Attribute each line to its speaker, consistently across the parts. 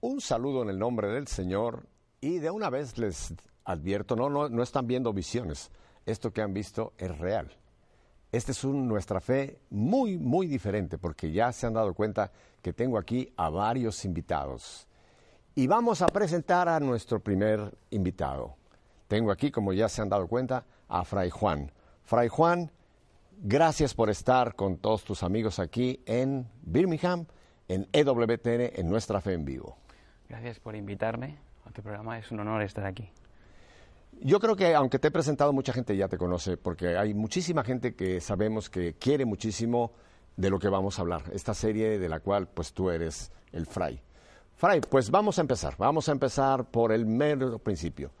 Speaker 1: Un saludo en el nombre del Señor y de una vez les advierto, no, no, no están viendo visiones, esto que han visto es real. Esta es un, nuestra fe muy, muy diferente porque ya se han dado cuenta que tengo aquí a varios invitados. Y vamos a presentar a nuestro primer invitado. Tengo aquí, como ya se han dado cuenta, a Fray Juan. Fray Juan, gracias por estar con todos tus amigos aquí en Birmingham, en E EWTN, en Nuestra Fe en Vivo.
Speaker 2: Gracias por invitarme a tu programa. Es un honor estar aquí.
Speaker 1: Yo creo que aunque te he presentado, mucha gente ya te conoce, porque hay muchísima gente que sabemos que quiere muchísimo de lo que vamos a hablar, esta serie de la cual pues tú eres el Fray. Fray, pues vamos a empezar, vamos a empezar por el mero principio.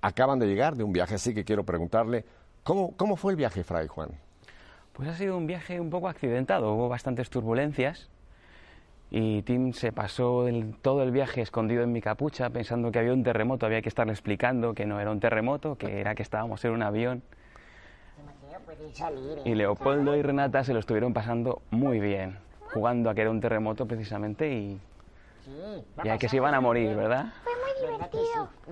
Speaker 1: Acaban de llegar de un viaje, así que quiero preguntarle, ¿cómo, cómo fue el viaje, Fray Juan?
Speaker 2: Pues ha sido un viaje un poco accidentado, hubo bastantes turbulencias y Tim se pasó el- todo el viaje escondido en mi capucha pensando que había un terremoto, había que estarle explicando que no era un terremoto, que era que estábamos en un avión
Speaker 3: Mateo puede salir. ¿eh?
Speaker 2: y Leopoldo y Renata se lo estuvieron pasando muy bien, jugando a que era un terremoto precisamente y,
Speaker 3: Sí,
Speaker 2: y a que se iban a morir, ¿verdad?
Speaker 3: ¿Verdad que sí?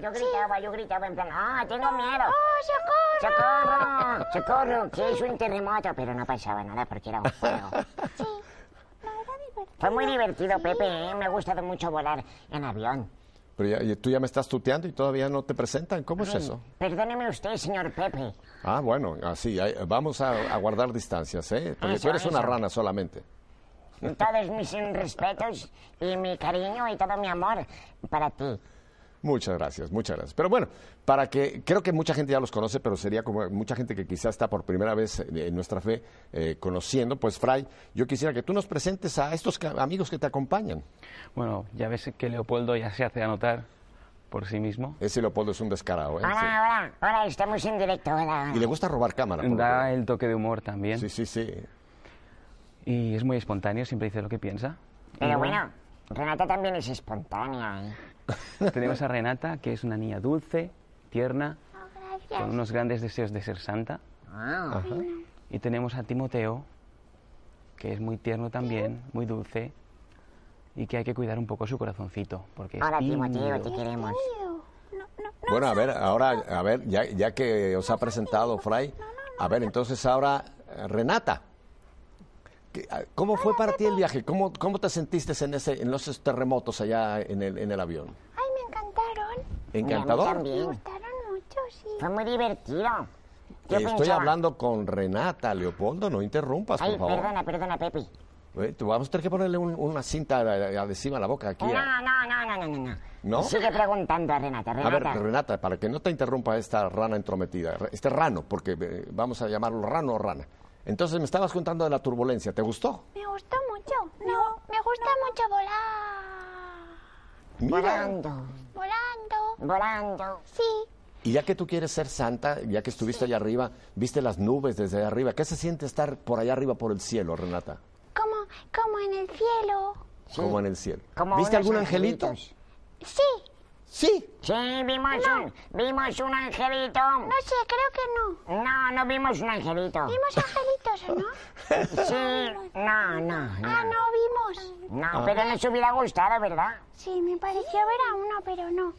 Speaker 3: Yo gritaba, yo gritaba en plan, ¡ah, tengo miedo!
Speaker 4: ¡Oh,
Speaker 3: ¡Socorro! ¡Socorro! Que es un terremoto, pero no pasaba nada porque era un juego.
Speaker 4: socorro! Sí, la verdad divertido.
Speaker 3: Fue muy divertido, Pepe, ¿eh? me ha gustado mucho volar en avión.
Speaker 1: Pero ya- ya- tú ya me estás tuteando y todavía no te presentan, ¿cómo es
Speaker 3: Ay,
Speaker 1: eso?
Speaker 3: Perdóneme usted, señor Pepe.
Speaker 1: Ah, bueno, así, ahí- vamos a, a guardar distancias, ¿eh? Porque tú
Speaker 3: Eso,
Speaker 1: eres una
Speaker 3: eso.
Speaker 1: rana solamente.
Speaker 3: Todos mis respetos y mi cariño y todo mi amor para ti.
Speaker 1: Muchas gracias, muchas gracias. Pero bueno, para que creo que mucha gente ya los conoce, pero sería como mucha gente que quizás está por primera vez en, en nuestra fe eh, conociendo, pues Fray, yo quisiera que tú nos presentes a estos ca- amigos que te acompañan.
Speaker 2: Bueno, ya ves que Leopoldo ya se hace anotar por sí mismo.
Speaker 1: Ese Leopoldo es un descarado, ¿eh? Sí.
Speaker 3: Hola, hola, hola, estamos en directo. Hola.
Speaker 1: Y le gusta robar cámara. por lo
Speaker 2: Da
Speaker 1: que-
Speaker 2: el toque de humor también
Speaker 1: Sí, sí, sí.
Speaker 2: y es muy espontáneo, siempre dice lo que piensa. Y
Speaker 3: Pero
Speaker 2: luego-
Speaker 3: bueno, Renata también es espontánea, ¿eh?
Speaker 2: Tenemos a Renata, que es una niña dulce, tierna,
Speaker 4: Oh, gracias.
Speaker 2: con unos grandes deseos de ser santa.
Speaker 3: Ah.
Speaker 2: Y tenemos a Timoteo, que es muy tierno también, muy dulce, y que hay que cuidar un poco su corazoncito, porque es
Speaker 3: Hola, Timoteo,
Speaker 2: tímido.
Speaker 3: te queremos.
Speaker 4: Tío, No, no, no.
Speaker 1: Bueno, a ver, ahora, a ver, ya, ya que os ha presentado Fray, a ver, entonces ahora, eh, Renata. ¿qué- ah, ¿Cómo fue para ti el viaje? ¿Cómo, cómo te sentiste en, ese, en los terremotos allá en el, en el avión?
Speaker 4: Ay, me encantaron.
Speaker 1: ¿Encantador?
Speaker 4: Me
Speaker 3: también.
Speaker 4: gustaron mucho, sí.
Speaker 3: Fue muy divertido. Yo
Speaker 1: Eh, Estoy
Speaker 3: pensaba-
Speaker 1: hablando con Renata, Leopoldo, no interrumpas, por
Speaker 3: Ay,
Speaker 1: favor.
Speaker 3: perdona, perdona, Pepe.
Speaker 1: Eh, tú- vamos a tener que ponerle un- una cinta eh, adhesiva a la boca aquí.
Speaker 3: No,
Speaker 1: a-
Speaker 3: no, no, no, no, no.
Speaker 1: ¿No?
Speaker 3: Sigue preguntando a Renata,
Speaker 1: A ver,
Speaker 3: Renata.
Speaker 1: Renata, para que no te interrumpa esta rana entrometida, re- este rano, porque eh, vamos a llamarlo rano o rana. Entonces me estabas contando de la turbulencia, ¿te gustó?
Speaker 4: Me gustó mucho. Me, me gusta mucho volar.
Speaker 3: Volando,
Speaker 4: Volando.
Speaker 3: volando.
Speaker 4: Sí.
Speaker 1: Y ya que tú quieres ser santa, ya que estuviste allá arriba, viste las nubes desde allá arriba, ¿qué se siente estar por allá arriba por el cielo, Renata?
Speaker 4: Como, como en el cielo.
Speaker 3: Sí.
Speaker 1: Como en el cielo.
Speaker 3: Como
Speaker 1: ¿Viste
Speaker 3: unos
Speaker 1: algún angelito?
Speaker 3: angelitos.
Speaker 4: Sí.
Speaker 1: Sí.
Speaker 3: Sí, vimos un, vimos un angelito.
Speaker 4: No sé, creo que no.
Speaker 3: No, no vimos un angelito.
Speaker 4: Vimos angelitos, ¿o no?
Speaker 3: Sí, no, no, no.
Speaker 4: Ah, no vimos.
Speaker 1: Ah.
Speaker 3: No, pero nos hubiera gustado, ¿verdad?
Speaker 4: Sí, me pareció ver a uno, pero no.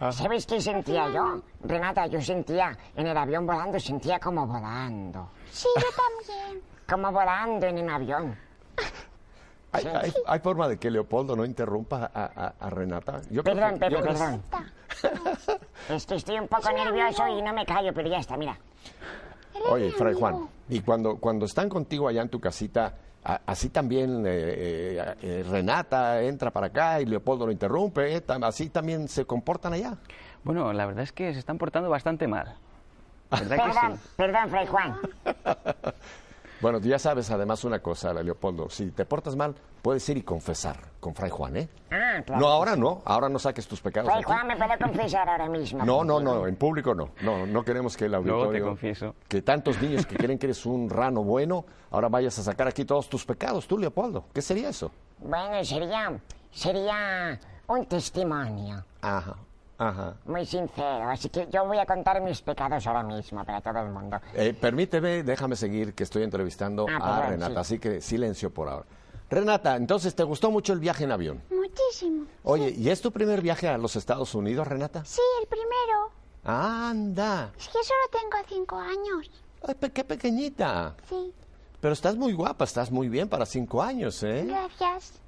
Speaker 1: Ah.
Speaker 3: ¿Sabes qué sentía yo? Renata, yo sentía en el avión volando, sentía como volando.
Speaker 4: Sí, yo también.
Speaker 3: Como volando en un avión.
Speaker 1: ¿Hay, hay- hay forma de que Leopoldo no interrumpa a, a- a Renata? Yo creo
Speaker 3: Perdón,
Speaker 1: que-
Speaker 3: Pepe,
Speaker 1: yo creo-
Speaker 3: perdón.
Speaker 4: Está.
Speaker 3: Es que estoy un poco nervioso y no me callo, pero ya está, mira.
Speaker 4: Él es
Speaker 1: Oye,
Speaker 4: mi
Speaker 1: Fray
Speaker 4: amigo.
Speaker 1: Juan, y cuando, cuando están contigo allá en tu casita, a- así también eh, eh, eh, Renata entra para acá y Leopoldo lo interrumpe, eh, tam- así también se comportan allá.
Speaker 2: Bueno, la verdad es que se están portando bastante mal. ¿Verdad que
Speaker 3: Perdón,
Speaker 2: sí?
Speaker 3: perdón, Fray Juan.
Speaker 1: Bueno, tú ya sabes además una cosa, Leopoldo, si te portas mal, puedes ir y confesar con Fray Juan, ¿eh?
Speaker 3: Ah, claro.
Speaker 1: No, ahora no, ahora no saques tus pecados.
Speaker 3: Fray
Speaker 1: aquí.
Speaker 3: Juan, me puedo confesar ahora mismo.
Speaker 1: No, no, no, en público no. No, no queremos que el auditorio...
Speaker 2: te confieso.
Speaker 1: Que tantos niños que creen que eres un rano bueno, ahora vayas a sacar aquí todos tus pecados, tú, Leopoldo. ¿Qué sería eso?
Speaker 3: Bueno, sería, sería un testimonio
Speaker 1: Ajá, ajá.
Speaker 3: muy sincero. Así que yo voy a contar mis pecados ahora mismo para todo el mundo.
Speaker 1: Eh, permíteme, déjame seguir, que estoy entrevistando
Speaker 3: Ah,
Speaker 1: a
Speaker 3: perdón,
Speaker 1: Renata,
Speaker 3: sí.
Speaker 1: así que silencio por ahora. Renata, entonces, ¿te gustó mucho el viaje en avión?
Speaker 4: Mucho. muchísimo.
Speaker 1: Oye, ¿y es tu primer viaje a los Estados Unidos, Renata?
Speaker 4: Sí, el primero.
Speaker 1: Anda,
Speaker 4: Es que solo tengo cinco años.
Speaker 1: Ay, pe- qué pequeñita.
Speaker 4: Sí,
Speaker 1: Pero estás muy guapa, estás muy bien para cinco años, ¿eh?
Speaker 4: gracias.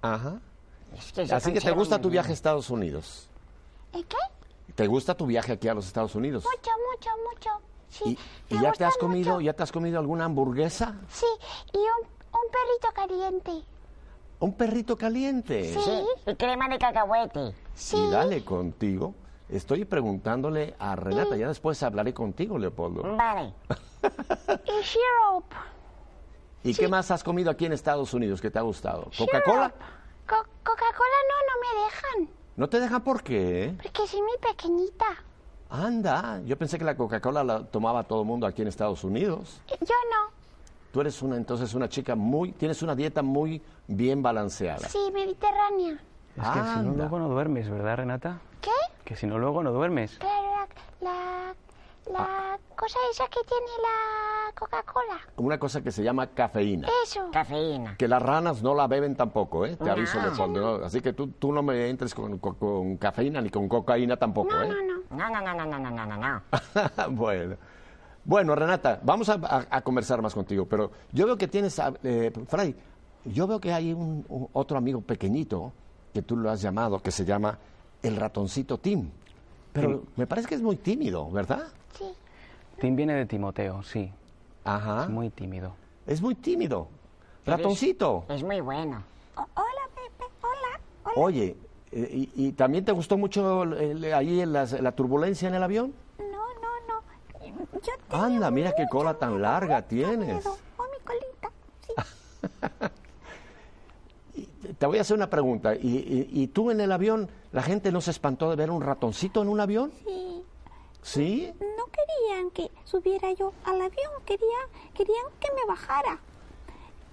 Speaker 1: Ajá.
Speaker 3: Es
Speaker 4: Pues
Speaker 3: que se
Speaker 1: Así que te
Speaker 3: considera
Speaker 1: gusta
Speaker 3: muy
Speaker 1: tu
Speaker 3: bien.
Speaker 1: viaje a Estados Unidos.
Speaker 4: ¿Eh, qué?
Speaker 1: ¿Te gusta tu viaje aquí a los Estados Unidos?
Speaker 4: Mucho, mucho, mucho. Sí.
Speaker 1: ¿Y, y ya
Speaker 4: me
Speaker 1: te
Speaker 4: gusta
Speaker 1: has comido,
Speaker 4: mucho.
Speaker 1: ya te has comido alguna hamburguesa?
Speaker 4: Sí, y un, un perrito caliente.
Speaker 1: Un perrito caliente.
Speaker 4: Sí.
Speaker 3: Sí, y crema de cacahuete.
Speaker 4: Sí.
Speaker 1: Y dale contigo. Estoy preguntándole a Renata, ya después hablaré contigo, Leopoldo.
Speaker 3: Vale.
Speaker 4: Y syrup.
Speaker 1: ¿Y qué más has comido aquí en Estados Unidos que te ha gustado? ¿Coca-Cola?
Speaker 4: Syrup. Co- Coca-Cola no, no me dejan.
Speaker 1: ¿No te dejan por qué? ¿eh?
Speaker 4: Porque soy muy pequeñita.
Speaker 1: Anda, yo pensé que la Coca-Cola la tomaba todo el mundo aquí en Estados Unidos.
Speaker 4: Eh, Yo no.
Speaker 1: Tú eres una entonces una chica muy, tienes una dieta muy bien balanceada.
Speaker 4: Sí, mediterránea.
Speaker 2: Es que si no,
Speaker 1: Anda.
Speaker 2: luego no duermes, ¿verdad, Renata?
Speaker 4: ¿Qué?
Speaker 2: Que si no, luego no duermes.
Speaker 4: Claro, la, la,
Speaker 1: Ah.
Speaker 4: la cosa esa que tiene la Coca-Cola.
Speaker 1: Una cosa que se llama cafeína.
Speaker 4: Eso.
Speaker 3: Cafeína.
Speaker 1: Que las ranas no la beben tampoco, ¿eh? Te aviso,
Speaker 4: Ah.
Speaker 3: No.
Speaker 1: Leopoldo. ¿no? Así que tú, tú no me entres con, con- con cafeína ni con cocaína tampoco,
Speaker 4: No,
Speaker 1: ¿eh?
Speaker 4: no, no.
Speaker 3: No, no, no, no, no, no, no, no, no.
Speaker 1: bueno. Bueno, Renata, vamos a, a- a conversar más contigo, pero yo veo que tienes, a- eh, Fray, yo veo que hay un, un- otro amigo pequeñito que tú lo has llamado, que se llama el ratoncito Tim. Pero me parece que es muy tímido, ¿verdad?
Speaker 4: Sí.
Speaker 2: Tim viene de Timoteo, sí.
Speaker 1: Ajá.
Speaker 3: Ah.
Speaker 2: Es muy tímido.
Speaker 1: Es muy tímido. Ratoncito.
Speaker 3: Es muy bueno.
Speaker 4: hola, Pepe. Hola.
Speaker 1: Oye, eh, y, y también te gustó mucho el- el- ahí en las- la turbulencia en el avión?
Speaker 4: No, no, no. Yo
Speaker 1: Anda, mira qué cola tan larga tienes. Ah.
Speaker 4: Oh, mi colita.
Speaker 1: Te voy a hacer una pregunta. ¿Y, y- y tú en el avión, la gente no se espantó de ver un ratoncito en un avión?
Speaker 5: Sí,
Speaker 1: Sí.
Speaker 5: no querían que subiera yo al avión, quería, querían que me bajara.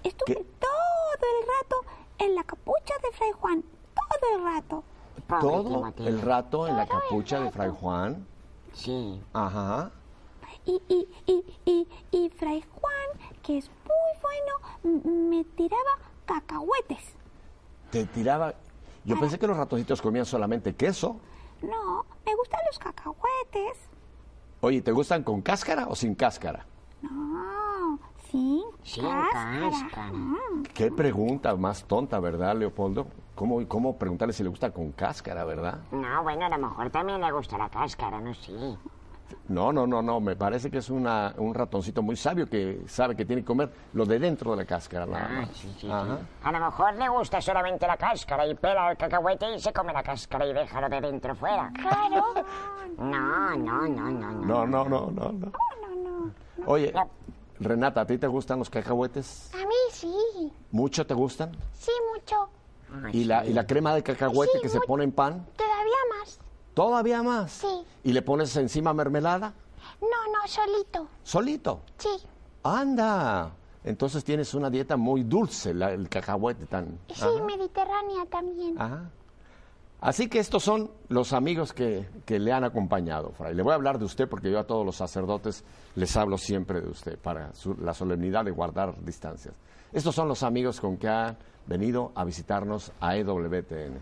Speaker 5: Estuve
Speaker 1: ¿Qué?
Speaker 5: todo el rato en la capucha de Fray Juan, todo el rato.
Speaker 3: Pobre
Speaker 1: Todo
Speaker 3: Timoteo.
Speaker 1: el rato en la
Speaker 4: Todo el
Speaker 1: capucha de
Speaker 4: rato.
Speaker 1: Fray Juan.
Speaker 3: Sí.
Speaker 1: Ajá.
Speaker 5: Y, y, y, y, y Fray Juan, que es muy bueno, m- me tiraba cacahuetes.
Speaker 1: Te tiraba. Yo pensé que los ratoncitos comían solamente queso.
Speaker 5: No, me gustan los cacahuetes.
Speaker 1: Oye, ¿te gustan con cáscara o sin cáscara?
Speaker 5: No, sin,
Speaker 3: Sin
Speaker 5: cáscara.
Speaker 3: cáscara.
Speaker 5: Mm.
Speaker 1: Qué pregunta más tonta, ¿verdad, Leopoldo? ¿Cómo, cómo preguntarle si le gusta con cáscara, verdad?
Speaker 3: No, bueno, a lo mejor también le gusta la cáscara, no sé.
Speaker 1: No, no, no, no. Me parece que es una- un ratoncito muy sabio que sabe que tiene que comer lo de dentro de la cáscara. nada
Speaker 3: Ah,
Speaker 1: más.
Speaker 3: sí, sí, sí.
Speaker 1: Mm. Ajá.
Speaker 3: A lo mejor le gusta solamente la cáscara y pela el cacahuete y se come la cáscara y déjalo de dentro fuera.
Speaker 4: Claro.
Speaker 3: No, no, no, no, no.
Speaker 1: No, no, no, no, no. Oye, Renata, ¿a ti te gustan los cacahuetes?
Speaker 4: A mí sí.
Speaker 1: ¿Mucho te gustan?
Speaker 4: Sí, mucho.
Speaker 3: Ay,
Speaker 1: ¿Y la, y la crema de cacahuete
Speaker 4: Sí,
Speaker 1: que se
Speaker 4: mu-
Speaker 1: pone en pan?
Speaker 4: Todavía más.
Speaker 1: ¿Todavía más?
Speaker 4: Sí.
Speaker 1: ¿Y le pones encima mermelada?
Speaker 4: No, no, solito.
Speaker 1: ¿Solito?
Speaker 4: Sí.
Speaker 1: ¡Anda! Entonces tienes una dieta muy dulce, la- el cacahuete tan...
Speaker 4: Sí, mediterránea también.
Speaker 3: Ah.
Speaker 1: Ajá. Así que estos son los amigos que, que le han acompañado, Fray. Le voy a hablar de usted porque yo a todos los sacerdotes les hablo siempre de usted para su- la solemnidad de guardar distancias. Estos son los amigos con que han venido a visitarnos a E EWTN.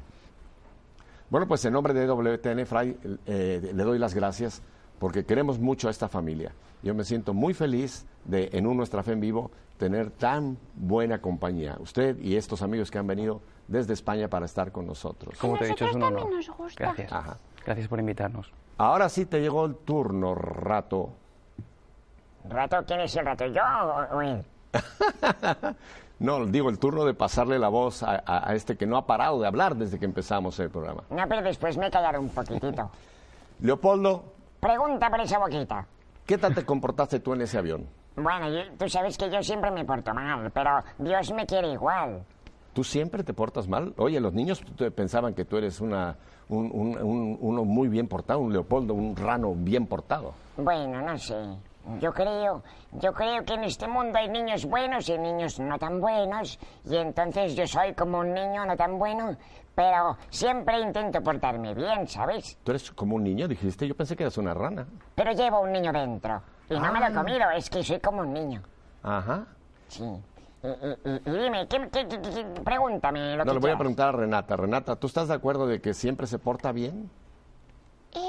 Speaker 1: Bueno, pues en nombre de EWTN, Fray, eh, le doy las gracias porque queremos mucho a esta familia. Yo me siento muy feliz de, en un Nuestra Fe en Vivo, tener tan buena compañía. Usted y estos amigos que han venido desde España para estar con nosotros.
Speaker 2: Como te he dicho, es un honor.
Speaker 4: nosotros también nos gusta.
Speaker 2: Gracias.
Speaker 1: Ajá.
Speaker 2: Gracias por invitarnos.
Speaker 1: Ahora sí te llegó el turno, rato.
Speaker 3: ¿Rato? ¿Quién es el rato? ¿Yo o, o él?
Speaker 1: No, digo, el turno de pasarle la voz a, a- a este que no ha parado de hablar desde que empezamos el programa.
Speaker 3: No, pero después me callaré un poquitito.
Speaker 1: Leopoldo,
Speaker 3: Pregunta por esa boquita.
Speaker 1: ¿qué tal te comportaste tú en ese avión?
Speaker 3: Bueno, yo- tú sabes que yo siempre me porto mal, pero Dios me quiere igual.
Speaker 1: ¿Tú siempre te portas mal? Oye, los niños te- pensaban que tú eres una, un- un- un- uno muy bien portado, un Leopoldo, un rano bien portado.
Speaker 3: Bueno, no sé. Yo creo, yo creo que en este mundo hay niños buenos y niños no tan buenos, y entonces yo soy como un niño no tan bueno, pero siempre intento portarme bien, ¿sabes?
Speaker 1: Tú eres como un niño, dijiste. Yo pensé que eras una rana.
Speaker 3: Pero
Speaker 4: Ah.
Speaker 3: llevo un niño dentro, y no me lo he comido, es que soy como un niño,
Speaker 1: Ajá.
Speaker 3: sí. Y, y- y- y dime, ¿qué, qué- qué- qué- qué- pregúntame lo
Speaker 1: No,
Speaker 3: que
Speaker 1: le voy a
Speaker 3: quieras.
Speaker 1: preguntar a Renata. Renata, ¿tú estás de acuerdo de que siempre se porta bien?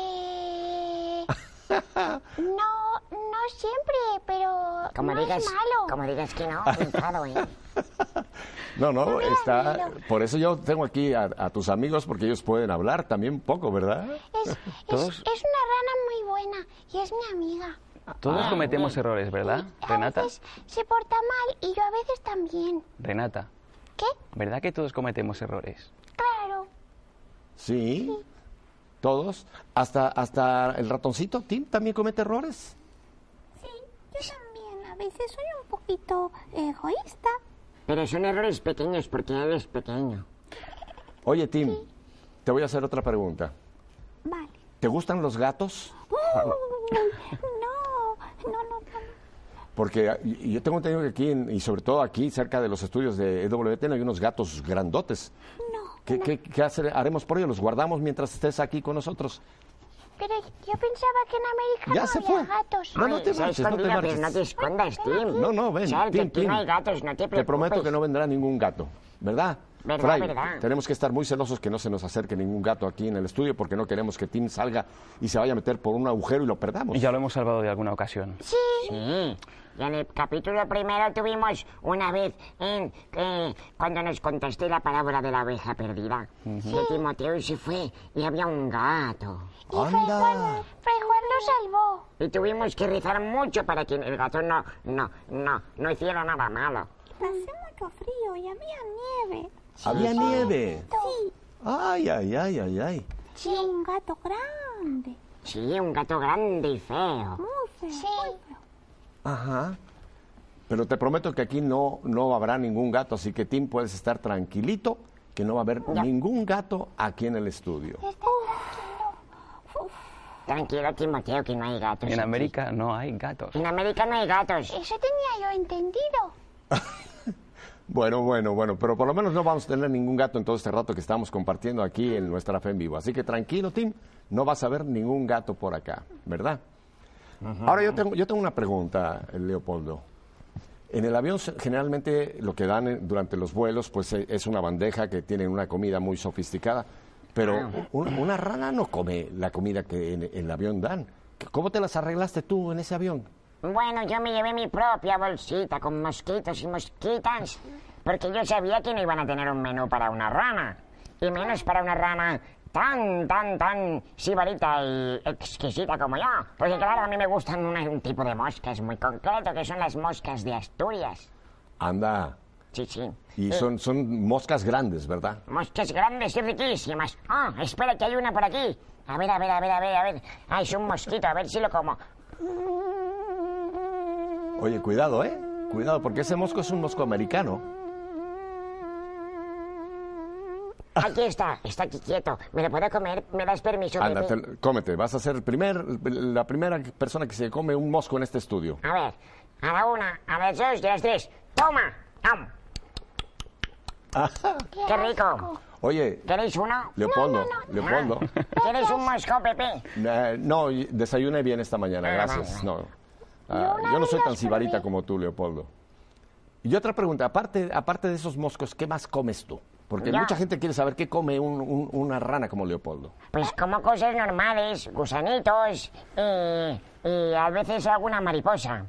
Speaker 4: Eh, no, no siempre, pero
Speaker 3: Como
Speaker 4: no
Speaker 3: digas,
Speaker 4: es malo.
Speaker 3: como digas que no, cuidado, ¿eh?
Speaker 1: No, no, está...
Speaker 4: no.
Speaker 1: Por eso yo tengo aquí a, a tus amigos, porque ellos pueden hablar también un poco, ¿verdad?
Speaker 4: Es, es-
Speaker 2: Todos-
Speaker 4: es una rana muy buena y es mi amiga.
Speaker 1: Ah,
Speaker 2: Todos cometemos errores, ¿verdad, Renata?
Speaker 4: A veces se porta mal y yo a veces también.
Speaker 2: Renata,
Speaker 4: ¿Qué?
Speaker 2: ¿verdad que todos cometemos errores?
Speaker 4: Claro.
Speaker 1: Sí. Todos. Hasta, hasta el ratoncito, Tim, también comete errores.
Speaker 5: Sí, yo también a veces soy un poquito egoísta.
Speaker 3: Pero son errores pequeños porque él es pequeño.
Speaker 1: Oye, Tim, te voy a hacer otra pregunta.
Speaker 5: Vale.
Speaker 1: ¿Te gustan los gatos?
Speaker 5: No, no, no, no.
Speaker 1: Porque ah, y- yo tengo entendido que aquí, en- y sobre todo aquí, cerca de los estudios de E EWTN, hay unos gatos grandotes. ¿Qué, qué- qué hacer- haremos por ellos? ¿Los guardamos mientras estés aquí con nosotros?
Speaker 4: Pero yo pensaba que en América
Speaker 1: Ya
Speaker 4: no
Speaker 1: se
Speaker 4: había
Speaker 1: fue.
Speaker 4: gatos.
Speaker 1: No, no
Speaker 3: Ay,
Speaker 1: te
Speaker 3: se ha
Speaker 1: marches, no te
Speaker 3: escondido, pero
Speaker 1: marches.
Speaker 3: no te escondas, Tim.
Speaker 1: No, no, ven.
Speaker 3: Sabes que
Speaker 1: Tim,
Speaker 3: aquí
Speaker 1: Tim.
Speaker 3: no hay gatos, no te preocupes.
Speaker 1: prometo que no vendrá ningún gato, ¿verdad?
Speaker 3: Verdad,
Speaker 1: Fray,
Speaker 3: verdad.
Speaker 1: tenemos que estar muy celosos que no se nos acerque ningún gato aquí en el estudio porque no queremos que Tim salga y se vaya a meter por un agujero y lo perdamos.
Speaker 2: Y ya lo hemos salvado de alguna ocasión.
Speaker 3: Sí, y en el capítulo primero tuvimos una vez en, eh, cuando nos contaste la palabra de la oveja perdida. Que Timoteo se fue y había un gato.
Speaker 4: Y Fray Juan, Fray Juan lo salvó.
Speaker 3: Y tuvimos que rezar mucho para que el gato no, no, no, no hiciera nada malo.
Speaker 5: Hace mucho frío y había nieve.
Speaker 1: Había nieve.
Speaker 5: Sí,
Speaker 1: Ay, ay, ay, ay, ay.
Speaker 5: y un gato grande,
Speaker 3: Sí, un gato grande y feo.
Speaker 5: muy feo.
Speaker 4: Sí.
Speaker 5: muy feo.
Speaker 1: Ajá. Pero te prometo que aquí no, no habrá ningún gato, así que Tim puedes estar tranquilito que no va a haber ningún gato aquí en el estudio.
Speaker 4: este
Speaker 3: Tranquilo, Timoteo, que no hay gatos.
Speaker 2: En
Speaker 3: aquí.
Speaker 2: América no hay gatos.
Speaker 3: En América no hay gatos.
Speaker 4: Eso tenía yo entendido.
Speaker 1: Bueno, bueno, bueno, pero por lo menos no vamos a tener ningún gato en todo este rato que estamos compartiendo aquí en nuestra fe en vivo. Así que tranquilo, Tim, no vas a ver ningún gato por acá, ¿verdad? Ahora yo tengo, yo tengo una pregunta, eh, Leopoldo. En el avión se- generalmente lo que dan eh, durante los vuelos pues eh, es una bandeja que tiene una comida muy sofisticada, pero un- una rana no come la comida que en el avión dan. ¿Cómo te las arreglaste tú en ese avión?
Speaker 3: Bueno, yo me llevé mi propia bolsita con mosquitos y mosquitas, porque yo sabía que no iban a tener un menú para una rana, y menos para una rana tan, tan, tan sibarita y exquisita como yo. Porque claro, a mí me gustan una- un tipo de moscas muy concreto, que son las moscas de Asturias.
Speaker 1: Anda,
Speaker 3: Sí, sí.
Speaker 1: y son, son moscas grandes, ¿verdad?
Speaker 3: Moscas grandes y riquísimas. Ah, espera que hay una por aquí. A ver, a ver, a ver, a ver, a ver. Ah, es un mosquito, a ver si lo como.
Speaker 1: Oye, cuidado, ¿eh? Cuidado, porque ese mosco es un mosco americano.
Speaker 3: Aquí está, está aquí quieto. ¿Me lo puedo comer? ¿Me das permiso?
Speaker 1: Anda,
Speaker 3: Pepe?
Speaker 1: te- cómete, vas a ser el primer, la primera persona que se come un mosco en este estudio.
Speaker 3: A ver, a la una, a las dos y a las tres. ¡Toma! ¡Am! ¡Qué rico!
Speaker 1: Oye,
Speaker 3: ¿Queréis uno?
Speaker 1: Leopoldo,
Speaker 3: Ah,
Speaker 1: Leopoldo.
Speaker 3: ¿Queréis un mosco, Pepe?
Speaker 1: eh, no, y- desayune bien esta mañana,
Speaker 3: Ah,
Speaker 1: gracias.
Speaker 3: vale.
Speaker 1: No, Ah, yo no soy tan sibarita como tú, Leopoldo. Y otra pregunta, aparte, aparte de esos moscos, ¿qué más comes tú? Porque
Speaker 3: Ya.
Speaker 1: mucha gente quiere saber qué come un- un- una rana como Leopoldo.
Speaker 3: Pues como cosas normales, gusanitos y, y a veces alguna mariposa.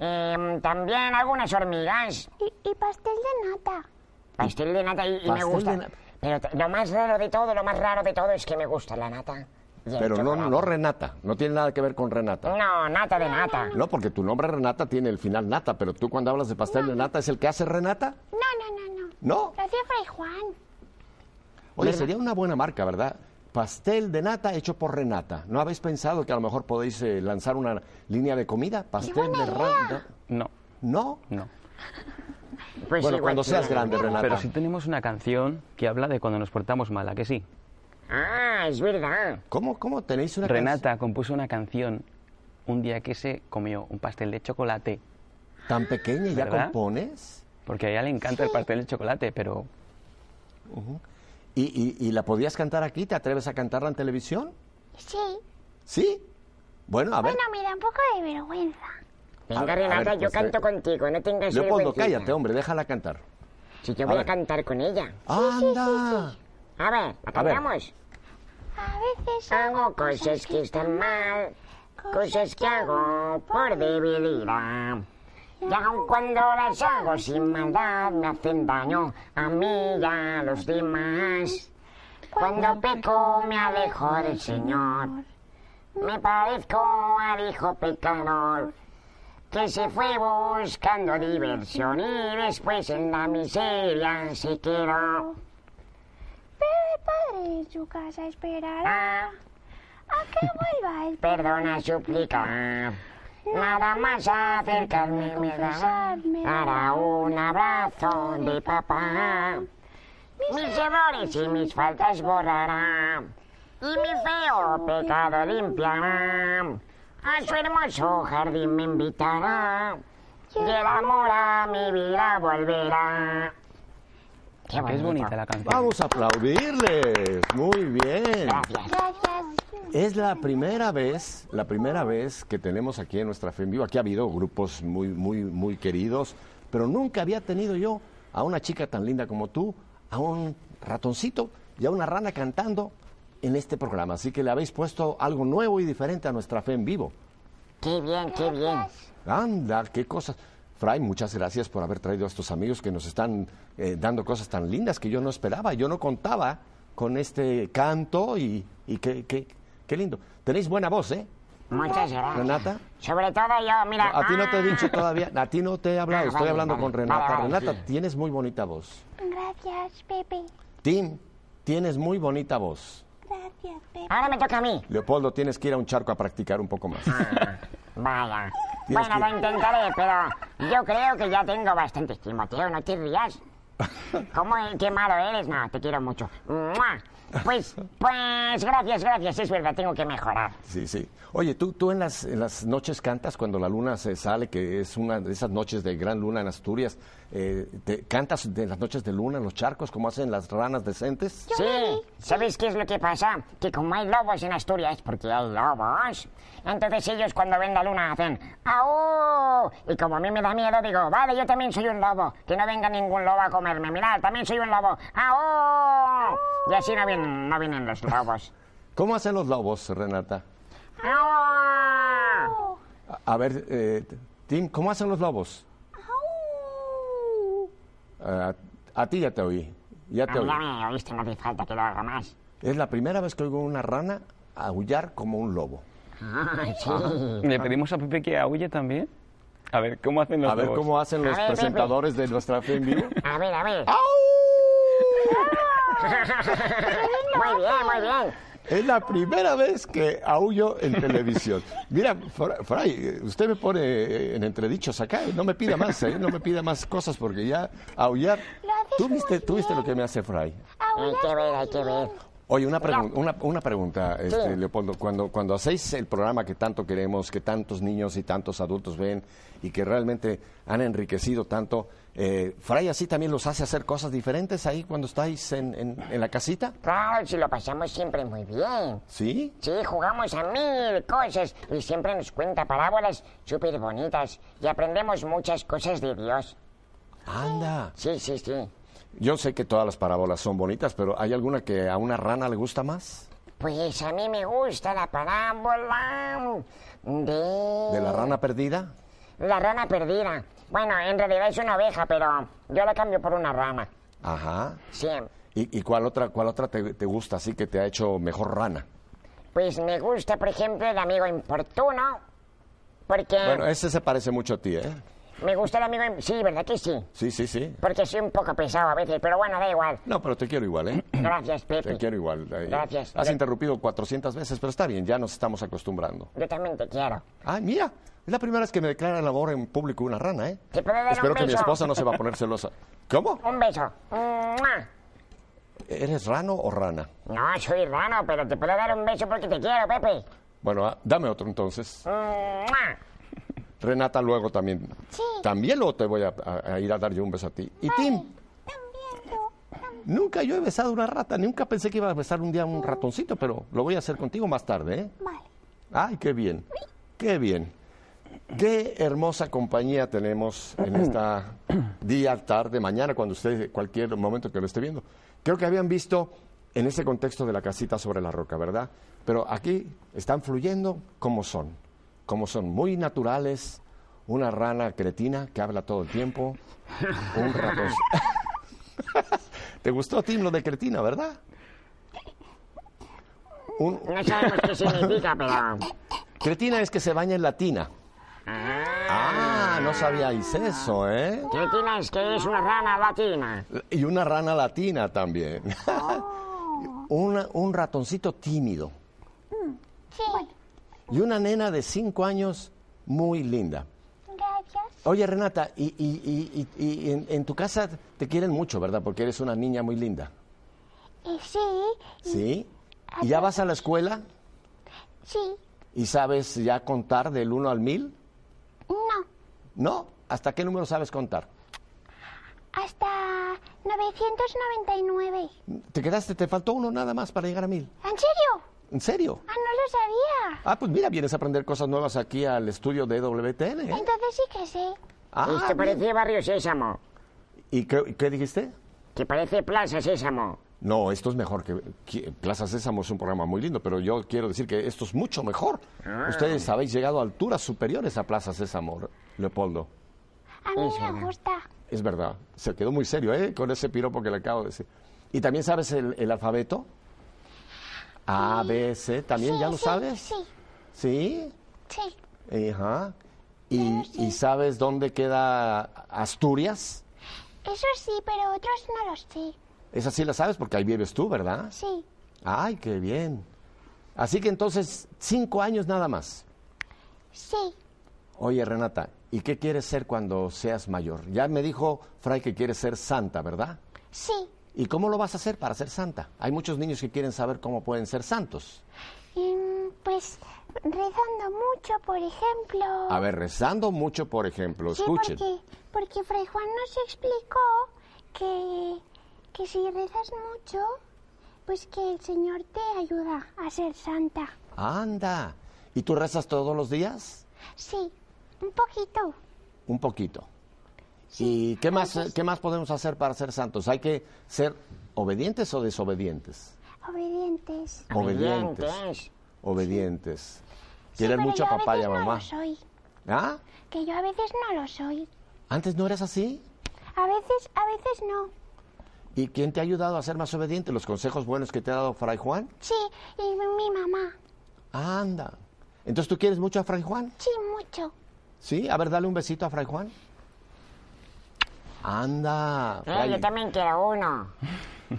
Speaker 3: Em, también algunas hormigas,
Speaker 4: Y, y pastel de nata.
Speaker 3: pastel de nata y, y me
Speaker 1: Pastel de
Speaker 3: gusta.
Speaker 1: nata.
Speaker 3: Pero t- lo más raro de todo, lo más raro de todo es que me gusta la nata. y el
Speaker 1: Pero no,
Speaker 3: chocolate.
Speaker 1: no Renata, no tiene nada que ver con Renata.
Speaker 3: No, nata de nata.
Speaker 1: No, porque tu nombre Renata tiene el final Nata, pero tú cuando hablas de pastel de nata, ¿es el que hace Renata?
Speaker 4: No, no, no, no.
Speaker 1: No.
Speaker 4: Lo hacía Fray Juan.
Speaker 1: Oye, sería una buena marca, ¿verdad? Pastel de nata hecho por Renata. ¿No habéis pensado que a lo mejor podéis eh, lanzar una línea de comida? Pastel de Renata.
Speaker 2: No,
Speaker 1: ¿No?
Speaker 2: no.
Speaker 3: Pues
Speaker 1: bueno,
Speaker 3: igual
Speaker 1: cuando
Speaker 3: que-
Speaker 1: seas grande, Renata.
Speaker 2: Pero sí tenemos una canción que habla de cuando nos portamos mal, ¿a que sí?
Speaker 3: Ah, es verdad.
Speaker 1: ¿Cómo, ¿Cómo tenéis una
Speaker 2: Renata compuso una canción un día que se comió un pastel de chocolate,
Speaker 1: canción tan pequeña y ya
Speaker 2: ¿Verdad?
Speaker 1: compones?
Speaker 2: porque a ella le encanta el pastel de chocolate, pero
Speaker 1: ¿Y, y, y la podías cantar aquí? ¿Te atreves a cantarla en televisión?
Speaker 4: Sí.
Speaker 1: ¿Sí? Bueno, a ver.
Speaker 4: Bueno, me da un poco de vergüenza.
Speaker 1: A
Speaker 3: Venga,
Speaker 1: ver, a
Speaker 3: Renata,
Speaker 1: ver,
Speaker 3: yo
Speaker 1: pues,
Speaker 3: canto
Speaker 1: eh,
Speaker 3: contigo, no tengas
Speaker 1: Leopoldo,
Speaker 3: vergüencita.
Speaker 1: cállate, hombre, déjala cantar.
Speaker 3: Si yo
Speaker 1: A
Speaker 3: voy a,
Speaker 1: ver.
Speaker 3: cantar con ella.
Speaker 1: ¡Anda! A
Speaker 3: A ver, ¿la
Speaker 1: ver.
Speaker 3: cantamos?
Speaker 4: A veces
Speaker 3: Hago cosas que están mal, cosas que hago por debilidad. Y aun cuando las hago sin maldad, me hacen daño a mí y a los demás. Cuando peco, me alejo del Señor. Me parezco al hijo pecador que se fue buscando diversión y después en la miseria se quedó.
Speaker 4: Pero el padre en su casa esperará
Speaker 3: Ah,
Speaker 4: a que vuelva el
Speaker 3: Perdona, suplicar. Nada más acercarme me dará hará un abrazo de papá. Mis errores y mis faltas borrará. Y mi feo pecado limpiará. A su hermoso jardín me invitará. Y el amor a mi vida volverá. Qué
Speaker 2: Que es bonita la canción.
Speaker 1: Vamos a aplaudirles. Muy bien.
Speaker 3: Gracias.
Speaker 1: Es la primera vez, la primera vez que tenemos aquí en nuestra fe en vivo. Aquí ha habido grupos muy, muy, muy queridos, pero nunca había tenido yo a una chica tan linda como tú, a un ratoncito y a una rana cantando en este programa. Así que le habéis puesto algo nuevo y diferente a nuestra fe en vivo.
Speaker 3: Qué bien, qué bien.
Speaker 1: Anda, qué cosas. Fray, muchas gracias por haber traído a estos amigos que nos están eh, dando cosas tan lindas que yo no esperaba. Yo no contaba con este canto y, y qué, qué- qué lindo. Tenéis buena voz, ¿eh?
Speaker 3: Muchas gracias.
Speaker 1: Renata.
Speaker 3: Sobre todo yo, mira.
Speaker 1: A ti no te he dicho
Speaker 3: ¡ah!
Speaker 1: todavía, a ti no te he hablado,
Speaker 3: Ah,
Speaker 1: estoy
Speaker 3: vale,
Speaker 1: hablando
Speaker 3: vale,
Speaker 1: con
Speaker 3: vale,
Speaker 1: Renata.
Speaker 3: vale,
Speaker 1: Renata,
Speaker 3: sí.
Speaker 1: tienes muy bonita voz.
Speaker 4: Gracias, Pepe.
Speaker 1: Tim, tienes muy bonita voz.
Speaker 5: Gracias, Pepe.
Speaker 3: Ahora me toca a mí.
Speaker 1: Leopoldo, tienes que ir a un charco a practicar un poco más.
Speaker 3: Vaya.
Speaker 1: Tienes
Speaker 3: Bueno,
Speaker 1: que-
Speaker 3: lo intentaré, pero yo creo que ya tengo bastante Timoteo, no te rías. ¿Cómo, eh, qué malo eres? No, te quiero mucho. ¡Mua! Pues, pues, gracias, gracias. Es verdad, tengo que mejorar.
Speaker 1: Sí, sí. Oye, ¿tú, tú en, las, en las noches cantas cuando la luna se sale, que es una de esas noches de gran luna en Asturias? eh, te, ¿Cantas de las noches de luna en los charcos como hacen las ranas decentes?
Speaker 3: Sí, ¿sabes qué es lo que pasa? Que como hay lobos en Asturias, porque hay lobos, entonces ellos cuando ven la luna hacen ¡Au! Y como a mí me da miedo, digo, vale, yo también soy un lobo, que no venga ningún lobo a comerme, mirad, también soy un lobo, ¡Au! Y así no vienen, no vienen los lobos.
Speaker 1: ¿Cómo hacen los lobos, Renata?
Speaker 3: ¡Au!
Speaker 1: A, a ver, eh, Tim, ¿cómo hacen los lobos?
Speaker 5: ¡Au!
Speaker 1: Ah, a ti ya te oí, ya te
Speaker 3: Ah,
Speaker 1: oí.
Speaker 3: Ya me oíste, no hace falta que lo haga más.
Speaker 1: Es la primera vez que oigo una rana aullar como un lobo.
Speaker 3: Ay, sí.
Speaker 2: Le pedimos a Pepe que aúlle también. A ver, ¿cómo hacen los
Speaker 1: A ver
Speaker 2: lobos?
Speaker 1: cómo hacen los
Speaker 3: A ver, Pepe.
Speaker 1: presentadores de nuestra fe en vivo.
Speaker 3: A ver, a ver. muy bien, muy bien.
Speaker 1: Es la primera vez que aullo en televisión. Mira, Fra- Fray, eh, usted me pone eh, en entredichos acá. eh, No me pida más, eh, no me pida más cosas porque ya aullar.
Speaker 4: Lo haces
Speaker 1: ¿Tú viste,
Speaker 4: muy
Speaker 1: tú viste lo
Speaker 4: bien.
Speaker 1: que me hace Fray?
Speaker 3: Hay que ver, hay que ver.
Speaker 1: Oye, una, pregun- una, una pregunta, este,
Speaker 3: Sí.
Speaker 1: Leopoldo. Cuando, cuando hacéis el programa que tanto queremos, que tantos niños y tantos adultos ven y que realmente han enriquecido tanto, eh, ¿Fray así también los hace hacer cosas diferentes ahí cuando estáis en, en- en la casita?
Speaker 3: Claro, si lo pasamos siempre muy bien.
Speaker 1: ¿Sí?
Speaker 3: Sí, jugamos a mil cosas y siempre nos cuenta parábolas súper bonitas y aprendemos muchas cosas de Dios.
Speaker 1: Anda.
Speaker 3: Sí, sí, sí.
Speaker 1: Yo sé que todas las parábolas son bonitas, pero ¿hay alguna que a una rana le gusta más?
Speaker 3: Pues a mí me gusta la parábola de...
Speaker 1: ¿De la rana perdida?
Speaker 3: La rana perdida. Bueno, en realidad es una oveja, pero yo la cambio por una rana.
Speaker 1: Ajá.
Speaker 3: Sí.
Speaker 1: ¿Y, y cuál otra, cuál otra te, te gusta así que te ha hecho mejor rana?
Speaker 3: Pues me gusta, por ejemplo, el amigo importuno. Porque
Speaker 1: Bueno, eh. ese se parece mucho a ti, ¿eh?
Speaker 3: me gusta el amigo... im- Sí, ¿verdad que sí?
Speaker 1: Sí, sí, sí.
Speaker 3: Porque soy un poco pesado a veces, pero bueno, da igual.
Speaker 1: No, pero te quiero igual, ¿eh?
Speaker 3: Gracias, Pepe.
Speaker 1: Te quiero igual. Eh,
Speaker 3: Gracias.
Speaker 1: Has
Speaker 3: Gra-
Speaker 1: interrumpido 400 veces, pero está bien, ya nos estamos acostumbrando.
Speaker 3: Yo también te quiero.
Speaker 1: Ah, mira, es la primera vez que me declara el amor en público una rana, ¿eh?
Speaker 3: ¿Te puedo dar un
Speaker 1: Espero que mi
Speaker 3: beso?
Speaker 1: esposa no se va a poner celosa. ¿Cómo?
Speaker 3: Un beso. ¡Mua!
Speaker 1: ¿Eres rano o rana?
Speaker 3: No, soy rano, pero te puedo dar un beso porque te quiero, Pepe.
Speaker 1: Bueno, ah, dame otro entonces.
Speaker 3: ¡Mua!
Speaker 1: Renata, luego también.
Speaker 4: Sí.
Speaker 1: También luego te voy a, a- a ir a dar yo un beso a ti. Y Tim,
Speaker 4: También tú.
Speaker 1: nunca yo he besado una rata. Nunca pensé que iba a besar un día un ratoncito, pero lo voy a hacer contigo más tarde, ¿eh?
Speaker 5: Vale.
Speaker 1: Ay, qué bien. Qué bien. Qué hermosa compañía tenemos en esta día, tarde, mañana, cuando usted, cualquier momento que lo esté viendo. Creo que habían visto en ese contexto de la casita sobre la roca, ¿verdad? Pero aquí están fluyendo como son, como son, muy naturales. Una rana cretina que habla todo el tiempo. Un ratón. ¿Te gustó, Tim, lo de cretina, verdad? Un,
Speaker 3: No sabemos qué significa, pero.
Speaker 1: cretina es que se baña en la tina. Ah, no sabíais eso, ¿eh?
Speaker 3: Cretina es que es una rana latina.
Speaker 1: Y una rana latina también. Una- un ratoncito tímido.
Speaker 4: Sí,
Speaker 1: Y una nena de cinco años muy linda.
Speaker 4: gracias.
Speaker 1: Oye, Renata, y, y- y- y- y en, en tu casa te quieren mucho, ¿verdad? Porque eres una niña muy linda.
Speaker 4: Y Eh, sí,
Speaker 1: ¿Sí? ¿Y ya vas a la escuela
Speaker 4: sí,
Speaker 1: y sabes ya contar del 1 al 1000?
Speaker 4: no.
Speaker 1: ¿No? ¿Hasta qué número sabes contar?
Speaker 4: Hasta 999.
Speaker 1: Te quedaste, te faltó uno nada más para llegar a 1000.
Speaker 4: ¿En serio?
Speaker 1: ¿En serio?
Speaker 4: Ah, no lo sabía.
Speaker 1: Ah, pues mira, vienes a aprender cosas nuevas aquí al estudio de WTN. ¿eh?
Speaker 4: Entonces sí que sé.
Speaker 1: Ah,
Speaker 3: Esto
Speaker 1: bien.
Speaker 3: Pues parece Barrio Sésamo.
Speaker 1: ¿Y qué, qué dijiste?
Speaker 3: Que parece Plaza Sésamo.
Speaker 1: No, esto es mejor que, que- Plaza Sésamo es un programa muy lindo, pero yo quiero decir que esto es mucho mejor. Ustedes habéis llegado a alturas superiores a Plaza Sésamo, Leopoldo.
Speaker 4: A mí me gusta.
Speaker 1: Es verdad. Se quedó muy serio, ¿eh? Con ese piropo que le acabo de decir. ¿Y también sabes el, el alfabeto? A, B, C. ¿También
Speaker 4: Sí,
Speaker 1: ya lo
Speaker 4: sí,
Speaker 1: sabes?
Speaker 4: Sí,
Speaker 1: ¿Sí?
Speaker 4: sí.
Speaker 1: Ajá. ¿Y, y sabes dónde queda Asturias?
Speaker 4: Eso sí, pero otros no los sé.
Speaker 1: Esa sí la sabes porque ahí vives tú, ¿verdad?
Speaker 4: Sí,
Speaker 1: Ay, qué bien. Así que entonces, cinco años nada más.
Speaker 4: sí.
Speaker 1: Oye, Renata, ¿y qué quieres ser cuando seas mayor? Ya me dijo Fray que quieres ser santa, ¿verdad?
Speaker 4: Sí,
Speaker 1: ¿Y cómo lo vas a hacer para ser santa? Hay muchos niños que quieren saber cómo pueden ser santos.
Speaker 4: Mm, pues rezando mucho, por ejemplo.
Speaker 1: A ver, rezando mucho, por ejemplo,
Speaker 4: sí,
Speaker 1: escuchen.
Speaker 4: porque, porque Fray Juan nos explicó que, que si rezas mucho, pues que el Señor te ayuda a ser santa.
Speaker 1: Anda. ¿Y tú rezas todos los días?
Speaker 4: Sí, un poquito.
Speaker 1: Un poquito. ¿Y qué más, eh, qué más podemos hacer para ser santos? ¿Hay que ser obedientes o desobedientes?
Speaker 4: Obedientes.
Speaker 1: Obedientes. Obedientes. Quieren
Speaker 4: Sí, pero
Speaker 1: mucho a
Speaker 4: yo
Speaker 1: papá y
Speaker 4: veces
Speaker 1: a
Speaker 4: No
Speaker 1: mamá.
Speaker 4: lo soy.
Speaker 1: ¿Ah?
Speaker 4: Que yo a veces no lo soy.
Speaker 1: ¿Antes no eras así?
Speaker 4: A veces, a veces no.
Speaker 1: ¿Y quién te ha ayudado a ser más obediente? ¿Los consejos buenos que te ha dado Fray Juan?
Speaker 4: Sí, y mi- mi mamá.
Speaker 1: Anda. Entonces tú quieres mucho a Fray Juan.
Speaker 4: Sí, mucho.
Speaker 1: Sí, a ver, dale un besito a Fray Juan.
Speaker 4: Ah,
Speaker 1: Anda.
Speaker 3: Eh,
Speaker 1: Fray,
Speaker 3: yo también quiero uno.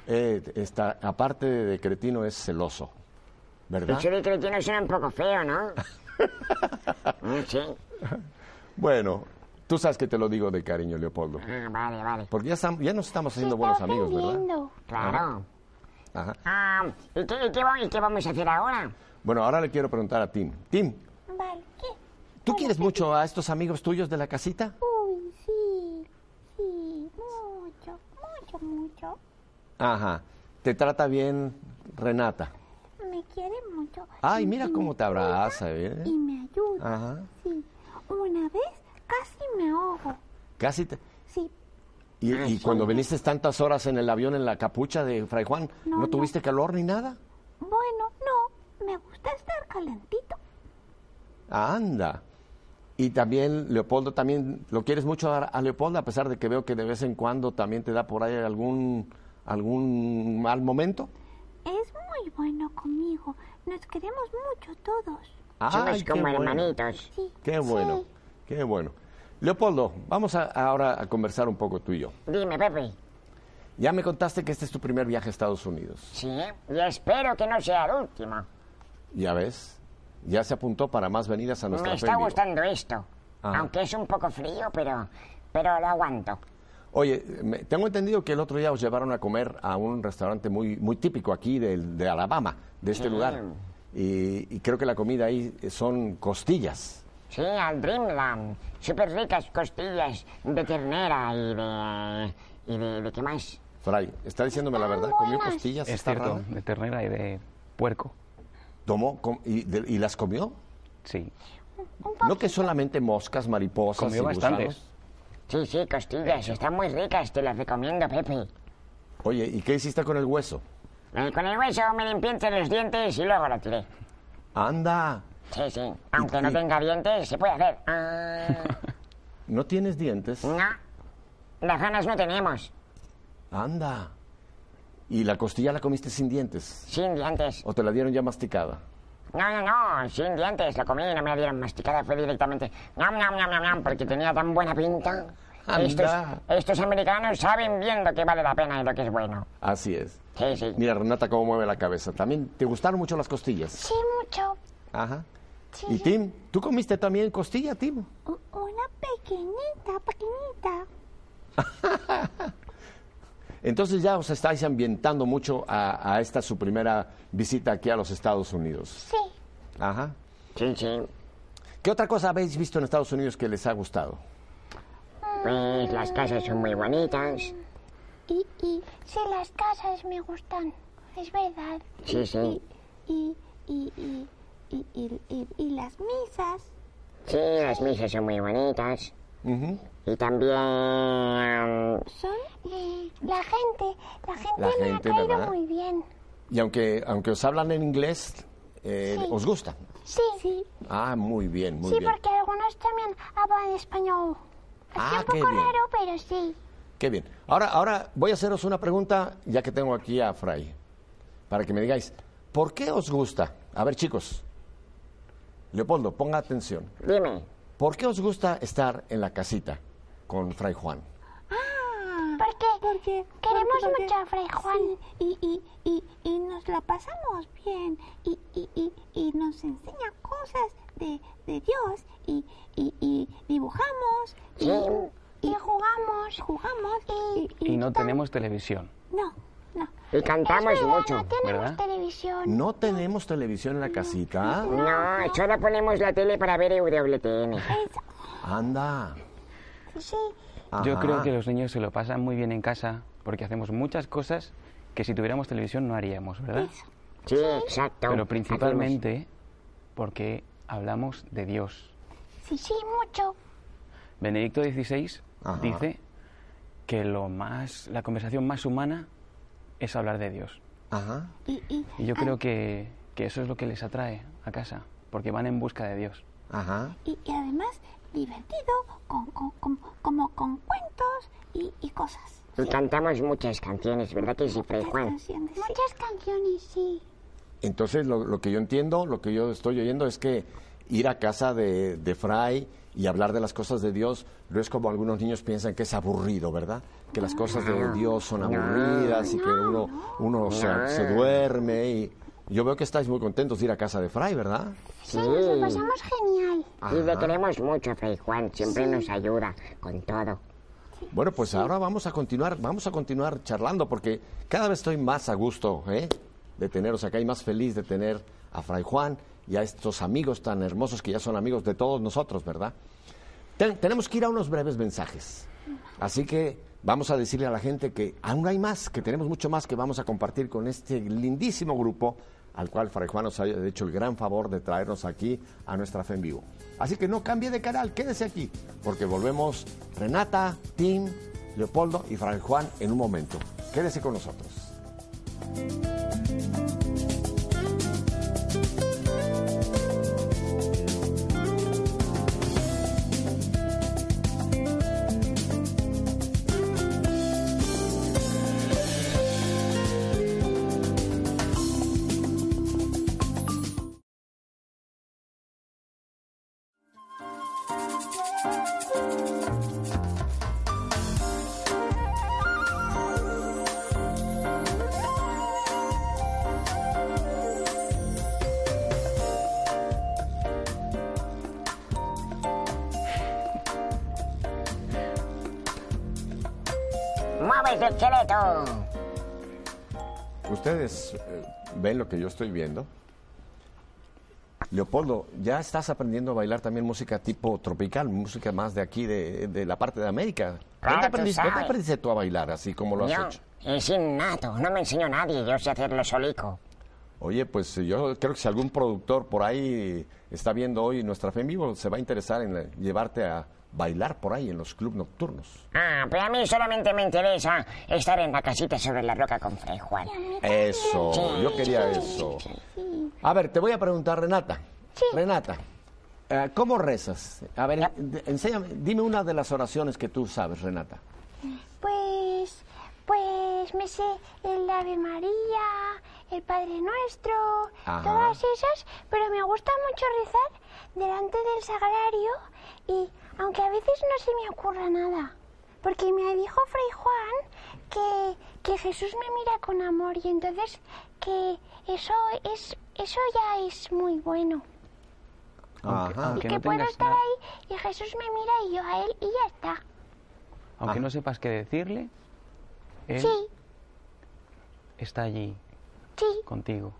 Speaker 1: eh, está- aparte de cretino, es celoso. ¿Verdad?
Speaker 3: Eso de cretino suena un poco feo, ¿no? Mm, sí.
Speaker 1: Bueno, tú sabes que te lo digo de cariño, Leopoldo.
Speaker 3: Ah, vale, vale.
Speaker 1: Porque ya, estam- ya nos estamos
Speaker 4: Se
Speaker 1: haciendo
Speaker 4: está
Speaker 1: buenos amigos, ¿verdad?
Speaker 4: ofendiendo.
Speaker 3: Claro.
Speaker 1: Ajá.
Speaker 3: Ah, ¿y qué, y qué va- y qué vamos a hacer ahora?
Speaker 1: Bueno, ahora le quiero preguntar a Tim. Tim,
Speaker 4: Vale, ¿qué?
Speaker 1: ¿tú quieres mucho a estos amigos tuyos de la casita?
Speaker 4: Uy, sí, sí, mucho, mucho, mucho.
Speaker 1: Ajá. ¿Te trata bien Renata?
Speaker 4: Me quiere mucho.
Speaker 1: Ay, mira cómo te abraza, ¿eh?
Speaker 5: Y me ayuda.
Speaker 1: Ajá.
Speaker 5: Sí. Una vez casi me ahogo.
Speaker 1: Casi te...
Speaker 5: Sí.
Speaker 1: ¿Y, y cuando viniste tantas horas en el avión en la capucha de Fray Juan, ¿no,
Speaker 5: No, no.
Speaker 1: tuviste calor ni nada?
Speaker 5: Bueno, no. Me gusta estar calentito.
Speaker 1: Anda. Y también, Leopoldo, también lo quieres mucho a, a Leopoldo, a pesar de que veo que de vez en cuando también te da por ahí algún, algún mal momento.
Speaker 5: Es muy bueno conmigo. Nos queremos mucho todos.
Speaker 1: Ay,
Speaker 3: Somos
Speaker 1: qué
Speaker 3: como
Speaker 1: bueno.
Speaker 3: hermanitos.
Speaker 5: Sí.
Speaker 1: Qué bueno, qué bueno. Leopoldo, vamos a- ahora a conversar un poco tú y yo.
Speaker 3: Dime, Pepe.
Speaker 1: Ya me contaste que este es tu primer viaje a Estados Unidos.
Speaker 3: Sí, y espero que no sea el último.
Speaker 1: Ya ves, ya se apuntó para más venidas a nuestra
Speaker 3: Me
Speaker 1: fe
Speaker 3: Pues está
Speaker 1: en vivo.
Speaker 3: gustando esto.
Speaker 1: Ajá.
Speaker 3: Aunque es un poco frío, pero, pero lo aguanto.
Speaker 1: Oye, me- tengo entendido que el otro día os llevaron a comer a un restaurante muy, muy típico aquí del- de, Alabama, de este lugar. Y, y creo que la comida ahí son costillas.
Speaker 3: Sí, al Dreamland. Súper ricas costillas de ternera y de... ¿Y de, de qué más?
Speaker 1: Fray, ¿está diciéndome la verdad? ¿Comió costillas?
Speaker 2: Es
Speaker 1: esta
Speaker 2: cierto,
Speaker 1: rana?
Speaker 2: de ternera y de puerco.
Speaker 1: ¿Tomó com- y, de- y las comió?
Speaker 2: Sí.
Speaker 1: No que solamente moscas, mariposas
Speaker 2: Comió
Speaker 1: y
Speaker 2: bastantes.
Speaker 1: gusanos.
Speaker 3: Sí, sí, costillas, están muy ricas, te las recomiendo, Pepe.
Speaker 1: Oye, ¿y qué hiciste con el hueso?
Speaker 3: Eh, con el hueso me limpié entre los dientes y luego lo tiré.
Speaker 1: Anda,
Speaker 3: Sí, sí, aunque
Speaker 1: y-
Speaker 3: no tenga dientes, se puede hacer. Ah,
Speaker 1: ¿no tienes dientes?
Speaker 3: no, las ganas no tenemos,
Speaker 1: Anda. ¿Y la costilla la comiste sin dientes?
Speaker 3: sin dientes.
Speaker 1: ¿O te la dieron ya masticada?
Speaker 3: No, no, no, sin dientes, la comí y no me la dieron masticada, fue directamente. Nam, nam, nam, nam, nam, porque tenía tan buena pinta.
Speaker 1: Anda.
Speaker 3: Estos, estos americanos saben bien lo que vale la pena y lo que es bueno.
Speaker 1: Así es.
Speaker 3: Sí, sí.
Speaker 1: Mira, Renata, cómo mueve la cabeza. También te gustaron mucho las costillas.
Speaker 4: Sí, mucho.
Speaker 1: Ajá. ¿Y Tim? ¿Tú comiste también costilla, Tim?
Speaker 5: U- Una pequeñita, pequeñita.
Speaker 1: Entonces ya os estáis ambientando mucho a, a esta su primera visita aquí a los Estados Unidos.
Speaker 4: Sí.
Speaker 1: Ajá.
Speaker 3: Sí, sí.
Speaker 1: ¿Qué otra cosa habéis visto en Estados Unidos que les ha gustado?
Speaker 3: Pues las casas son muy bonitas.
Speaker 4: Y, y. Sí, las casas me gustan. Es verdad.
Speaker 3: Sí, sí.
Speaker 5: Y, y, y, y, y, y- y las misas.
Speaker 3: Sí, las misas son muy bonitas. Y también...
Speaker 5: Son
Speaker 4: Y eh, la gente, la gente
Speaker 1: La
Speaker 4: me
Speaker 1: gente,
Speaker 4: ha caído
Speaker 1: ¿verdad?
Speaker 4: muy bien.
Speaker 1: Y aunque, aunque os hablan en inglés, eh,
Speaker 4: Sí.
Speaker 1: os gusta.
Speaker 4: Sí. Sí,
Speaker 1: Ah, muy bien, muy
Speaker 4: sí
Speaker 1: bien.
Speaker 4: porque algunos también hablan español. Es
Speaker 1: Ah,
Speaker 4: un
Speaker 1: qué
Speaker 4: poco
Speaker 1: bien.
Speaker 4: raro, pero sí.
Speaker 1: Qué bien. Ahora, ahora voy a haceros una pregunta, ya que tengo aquí a Fray, para que me digáis, ¿por qué os gusta? A ver, chicos, Leopoldo, ponga atención.
Speaker 3: Dime.
Speaker 1: ¿Por qué os gusta estar en la casita con Fray Juan?
Speaker 4: Porque
Speaker 5: porque
Speaker 4: queremos
Speaker 5: porque-
Speaker 4: mucho a Fray Juan.
Speaker 5: Ah, Sí, y, y, y, y nos la pasamos bien y, y, y, y nos enseña cosas de, de Dios y, y, y dibujamos y, y jugamos, jugamos y,
Speaker 2: Y no tenemos televisión.
Speaker 5: no, no.
Speaker 3: Y cantamos
Speaker 4: Es verdad,
Speaker 3: mucho.
Speaker 4: No tenemos
Speaker 2: ¿verdad?
Speaker 4: televisión.
Speaker 1: No tenemos televisión en la casita.
Speaker 3: No, solo ponemos la tele para ver EWTN.
Speaker 1: Anda.
Speaker 5: Pues
Speaker 4: Sí.
Speaker 2: Yo
Speaker 1: Ajá.
Speaker 2: creo que los niños se lo pasan muy bien en casa porque hacemos muchas cosas que si tuviéramos televisión no haríamos, ¿verdad?
Speaker 3: Sí, exacto.
Speaker 2: Pero principalmente porque hablamos de Dios.
Speaker 4: Sí, sí, mucho.
Speaker 2: Benedicto XVI
Speaker 1: Ajá.
Speaker 2: dice que lo más, la conversación más humana es hablar de Dios.
Speaker 1: Ajá.
Speaker 5: Y, y, ah,
Speaker 2: Y yo creo que, que eso es lo que les atrae a casa, porque van en busca de Dios.
Speaker 1: Ajá.
Speaker 5: y, y además divertido con, con, con- como con cuentos y, y cosas.
Speaker 3: Y cantamos muchas canciones, ¿verdad que sí, Fray
Speaker 5: Las
Speaker 3: Juan?
Speaker 5: canciones, sí.
Speaker 4: Muchas canciones, sí.
Speaker 1: Entonces, lo, lo que yo entiendo, lo que yo estoy oyendo es que ir a casa de, de Fray y hablar de las cosas de Dios no es como algunos niños piensan que es aburrido, ¿verdad? Que las cosas de Dios son aburridas y que uno, uno se, se duerme. Y yo veo que estáis muy contentos de ir a casa de Fray, ¿verdad?
Speaker 4: Sí, nos lo pasamos genial.
Speaker 3: Y le queremos mucho, Fray Juan. Siempre nos ayuda con todo.
Speaker 1: Bueno, pues ahora vamos a continuar, vamos a continuar charlando porque cada vez estoy más a gusto ¿eh? de teneros acá y más feliz de tener a Fray Juan y a estos amigos tan hermosos que ya son amigos de todos nosotros, ¿verdad? Ten- tenemos que ir a unos breves mensajes. Así que vamos a decirle a la gente que aún hay más, que tenemos mucho más que vamos a compartir con este lindísimo grupo al cual Fray Juan nos ha hecho el gran favor de traernos aquí a nuestra fe en vivo. Así que no cambie de canal, quédese aquí, porque volvemos Renata, Tim, Leopoldo y Fray Juan en un momento. Quédese con nosotros.
Speaker 3: ¡Mueves el esqueleto!
Speaker 1: Ustedes eh, ven lo que yo estoy viendo. Leopoldo, ya estás aprendiendo a bailar también música tipo tropical, música más de aquí, de, de la parte de América.
Speaker 3: Claro,
Speaker 1: ¿Dónde
Speaker 3: tú
Speaker 1: aprendiste, dónde
Speaker 3: sabes.
Speaker 1: aprendiste tú a bailar así como lo has
Speaker 3: Yo,
Speaker 1: hecho?
Speaker 3: es innato, no me enseñó nadie, yo sé hacerlo solico.
Speaker 1: Oye, pues yo creo que si algún productor por ahí está viendo hoy nuestra fe en vivo, se va a interesar en la- llevarte a bailar por ahí en los clubes nocturnos.
Speaker 3: Ah, pero a mí solamente me interesa estar en la casita sobre la roca con Fray Juan.
Speaker 1: Eso, yo quería eso. A ver, te voy a preguntar, Renata. Renata, eh, ¿cómo rezas? A ver, en- enséñame, dime una de las oraciones que tú sabes, Renata.
Speaker 4: Pues, pues me sé el Ave María, el Padre Nuestro,
Speaker 1: Ajá.
Speaker 4: todas esas, pero me gusta mucho rezar delante del sagrario y aunque a veces no se me ocurra nada, porque me dijo Fray Juan que, que Jesús me mira con amor y entonces que eso es eso ya es muy bueno.
Speaker 1: Ajá.
Speaker 4: Y
Speaker 2: Que
Speaker 4: que,
Speaker 2: no
Speaker 4: puedo
Speaker 2: tengas
Speaker 4: estar
Speaker 2: nada.
Speaker 4: ahí y Jesús me mira y yo a él y ya está.
Speaker 2: Aunque
Speaker 1: Ah.
Speaker 2: no sepas qué decirle, él
Speaker 4: Sí,
Speaker 2: está allí
Speaker 4: sí.
Speaker 2: contigo.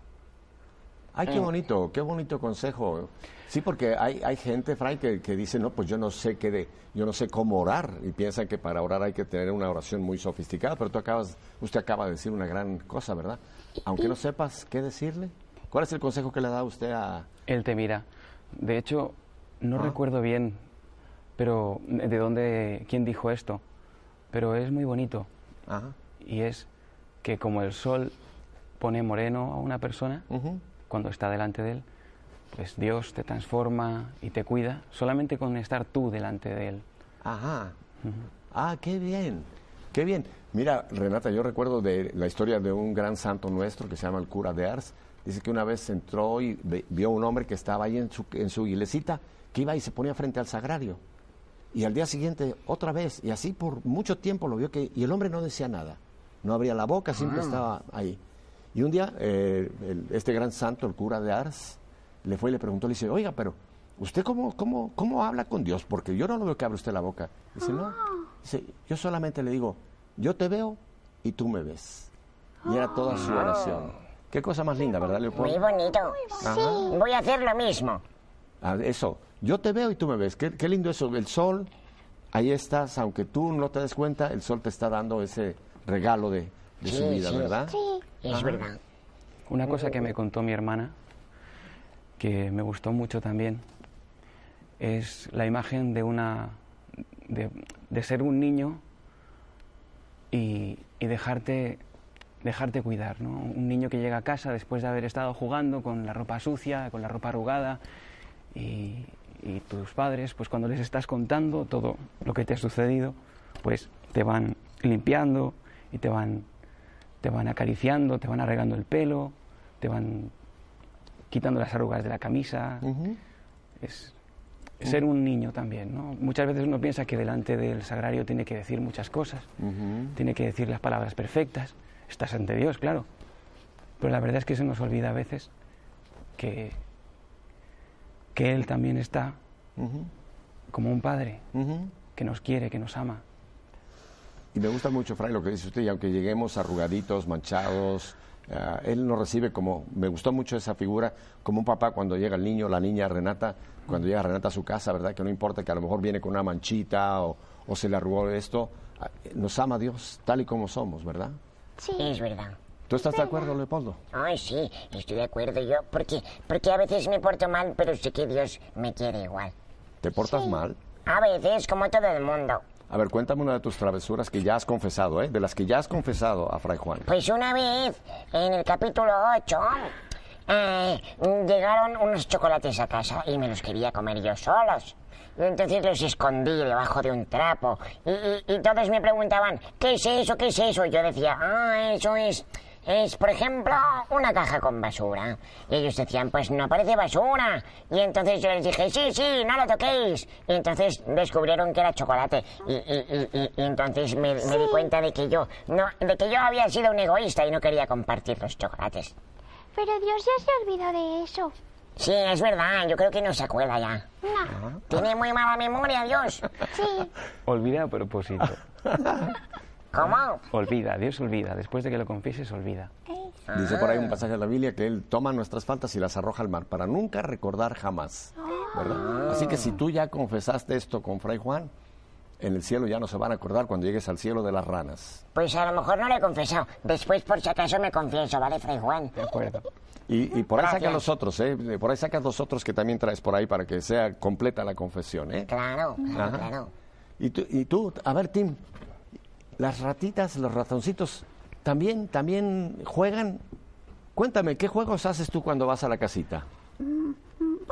Speaker 1: Ay, qué bonito, qué bonito consejo. Sí, porque hay, hay gente, Frank, que, que dice, no, pues yo no sé qué de, yo no sé cómo orar. Y piensan que para orar hay que tener una oración muy sofisticada, pero tú acabas, usted acaba de decir una gran cosa, ¿verdad? Aunque no sepas qué decirle. ¿Cuál es el consejo que le da usted a
Speaker 2: Él te mira. De hecho,
Speaker 1: Ah.
Speaker 2: no recuerdo bien, pero de dónde, quién dijo esto. Pero es muy bonito
Speaker 1: Ajá.
Speaker 2: y es que como el sol pone moreno a una persona
Speaker 1: Ujú.
Speaker 2: cuando está delante de él, pues Dios te transforma y te cuida solamente con estar tú delante de él.
Speaker 1: Ajá. Ah, qué bien. Qué bien. Mira, Renata, yo recuerdo de la historia de un gran santo nuestro que se llama el cura de Ars. Dice que una vez entró y ve- vio un hombre que estaba ahí en su, en su iglesita, que iba y se ponía frente al sagrario. Y al día siguiente, otra vez, y así por mucho tiempo lo vio que... Y el hombre no decía nada, no abría la boca, siempre estaba ahí. Y un día, eh, el- este gran santo, el cura de Ars, le fue y le preguntó, le dice, oiga, pero ¿usted cómo, cómo, cómo habla con Dios? Porque yo no lo veo que abre usted la boca. Dice, no, dice, yo solamente le digo, yo te veo y tú me ves. Y era toda su oración. Qué cosa más linda, ¿verdad,
Speaker 3: Muy
Speaker 1: Leopoldo?
Speaker 3: bonito.
Speaker 1: Ajá.
Speaker 3: Voy a hacer lo mismo.
Speaker 1: Ah, Eso, yo te veo y tú me ves. Qué, qué lindo eso, el sol, ahí estás, aunque tú no te des cuenta, el sol te está dando ese regalo de, de su
Speaker 3: Sí,
Speaker 1: vida,
Speaker 3: sí.
Speaker 1: ¿verdad?
Speaker 4: Sí,
Speaker 3: Es verdad.
Speaker 2: Una cosa que me contó mi hermana, que me gustó mucho también, es la imagen de una. de, de ser un niño y, y dejarte, dejarte cuidar, ¿no? Un niño que llega a casa después de haber estado jugando con la ropa sucia, con la ropa arrugada, y, y tus padres, pues cuando les estás contando todo lo que te ha sucedido, pues te van limpiando y te van, te van acariciando, te van arreglando el pelo, te van quitando las arrugas de la camisa. Es, es ser un niño también, ¿no? Muchas veces uno piensa que delante del sagrario tiene que decir muchas cosas, tiene que decir las palabras perfectas, estás ante Dios, claro. Pero la verdad es que se nos olvida a veces que, que Él también está como un padre,
Speaker 1: Ujú.
Speaker 2: que nos quiere, que nos ama.
Speaker 1: Y me gusta mucho, Fray, lo que dice usted, y aunque lleguemos arrugaditos, manchados, ah, él nos recibe como, me gustó mucho esa figura, como un papá cuando llega el niño, la niña Renata, cuando llega Renata a su casa, ¿verdad? Que no importa que a lo mejor viene con una manchita o, o se le arrugó esto, ah, nos ama Dios tal y como somos, ¿verdad?
Speaker 3: Es verdad.
Speaker 1: ¿Tú estás de acuerdo, Leopoldo?
Speaker 3: Ay, sí, estoy de acuerdo yo, porque, porque a veces me porto mal, pero sé que Dios me quiere igual.
Speaker 1: ¿Te portas mal?
Speaker 3: A veces, como todo el mundo.
Speaker 1: A ver, cuéntame una de tus travesuras que ya has confesado, ¿eh? De las que ya has confesado a Fray Juan.
Speaker 3: Pues una vez, en el capítulo 8, eh, llegaron unos chocolates a casa y me los quería comer yo solos. Y entonces los escondí debajo de un trapo. Y, y- y todos me preguntaban, ¿qué es eso? ¿Qué es eso? Y yo decía, ah, eso es... Es, por ejemplo, una caja con basura. Y ellos decían, pues no parece basura. Y entonces yo les dije, sí, sí, no lo toquéis. Y entonces descubrieron que era chocolate. Y, y- y- y- y entonces me, me di cuenta de que yo no, de que yo había sido un egoísta y no quería compartir los chocolates.
Speaker 4: Pero Dios ya se olvidó de eso.
Speaker 3: Sí, es verdad, yo creo que no se acuerda ya.
Speaker 4: No.
Speaker 1: Ah.
Speaker 3: Tiene muy mala memoria, Dios.
Speaker 4: Sí,
Speaker 2: Olvida a propósito.
Speaker 3: ¿Cómo?
Speaker 2: Olvida, Dios olvida. Después de que lo confieses, olvida.
Speaker 1: Dice por ahí un pasaje de la Biblia que Él toma nuestras faltas y las arroja al mar para nunca recordar jamás. ¿verdad? Así que si tú ya confesaste esto con Fray Juan, en el cielo ya no se van a acordar cuando llegues al cielo de las ranas.
Speaker 3: Pues a lo mejor no le he confesado. Después, por si acaso, me confieso, ¿vale, Fray Juan?
Speaker 2: De acuerdo.
Speaker 1: Y, y por ahí sacas
Speaker 3: Gracias.
Speaker 1: los otros, ¿eh? Por ahí sacas los otros que también traes por ahí para que sea completa la confesión, ¿eh?
Speaker 3: Claro, claro,
Speaker 1: Ajá.
Speaker 3: claro.
Speaker 1: Y tú, y tú, a ver, Tim, las ratitas, los ratoncitos, ¿también, también juegan? Cuéntame, ¿qué juegos haces tú cuando vas a la casita?
Speaker 5: Mm, Bueno,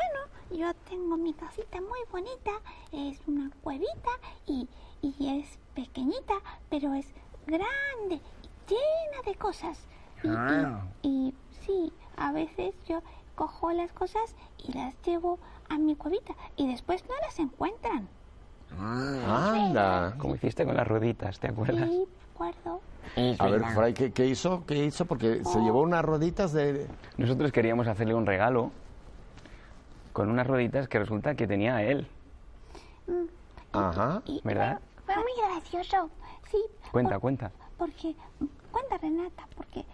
Speaker 5: yo tengo mi casita muy bonita, es una cuevita y, y es pequeñita, pero es grande, llena de cosas. Y, y-
Speaker 3: Ah.
Speaker 5: y sí, a veces yo cojo las cosas y las llevo a mi cuevita y después no las encuentran.
Speaker 1: Anda.
Speaker 2: Como hiciste con las rueditas, ¿te acuerdas?
Speaker 5: Sí, de acuerdo.
Speaker 3: Es
Speaker 1: A ver,
Speaker 3: verdad.
Speaker 1: Fray, ¿qué, qué hizo? ¿Qué hizo? Porque se llevó unas rueditas de...
Speaker 2: Nosotros queríamos hacerle un regalo con unas rueditas que resulta que tenía él,
Speaker 1: Ajá.
Speaker 5: Y
Speaker 2: ¿verdad?
Speaker 4: Fue muy gracioso.
Speaker 5: sí,
Speaker 2: Cuenta, cuenta.
Speaker 5: porque cuenta Renata, porque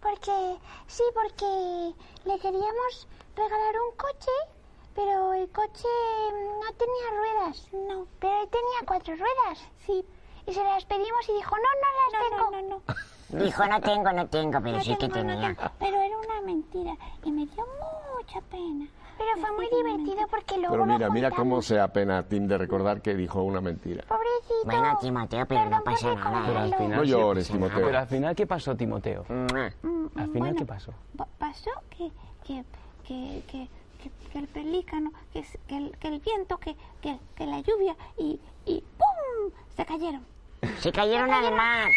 Speaker 4: Porque, sí, porque le queríamos regalar un coche, pero el coche mm, no tenía ruedas. No. Pero él tenía cuatro ruedas.
Speaker 5: sí,
Speaker 4: Y se las pedimos y dijo, no, no las
Speaker 5: no,
Speaker 4: tengo.
Speaker 5: no, no, no.
Speaker 3: Dijo, no tengo, no tengo, pero
Speaker 5: No
Speaker 3: sí que
Speaker 5: tengo, no
Speaker 3: tenía.
Speaker 5: tengo. Pero era una mentira y me dio mucha pena.
Speaker 4: Pero fue muy
Speaker 5: Decir una
Speaker 4: divertido
Speaker 5: mentira.
Speaker 4: porque luego
Speaker 1: Pero
Speaker 4: lo
Speaker 1: mira, mira cómo
Speaker 4: juntamos.
Speaker 1: se apena Tim de recordar que dijo una mentira.
Speaker 4: Pobrecito.
Speaker 3: Bueno, Timoteo, pero no
Speaker 4: Perdón por
Speaker 3: pasa nada.
Speaker 2: Pero
Speaker 3: ¿eh?
Speaker 2: al
Speaker 4: recordarlo.
Speaker 2: final
Speaker 1: No
Speaker 2: sí-
Speaker 1: llores, Timoteo.
Speaker 2: Pero al final, ¿qué pasó, Timoteo?
Speaker 3: Mua.
Speaker 5: Mm,
Speaker 2: Al final,
Speaker 5: bueno,
Speaker 2: ¿qué pasó?
Speaker 5: pa- pasó que, que, que, que, que, que el pelícano, que, s- que el, que el viento, que, que, que la lluvia y, y ¡pum! Se cayeron.
Speaker 3: Se cayeron al mar.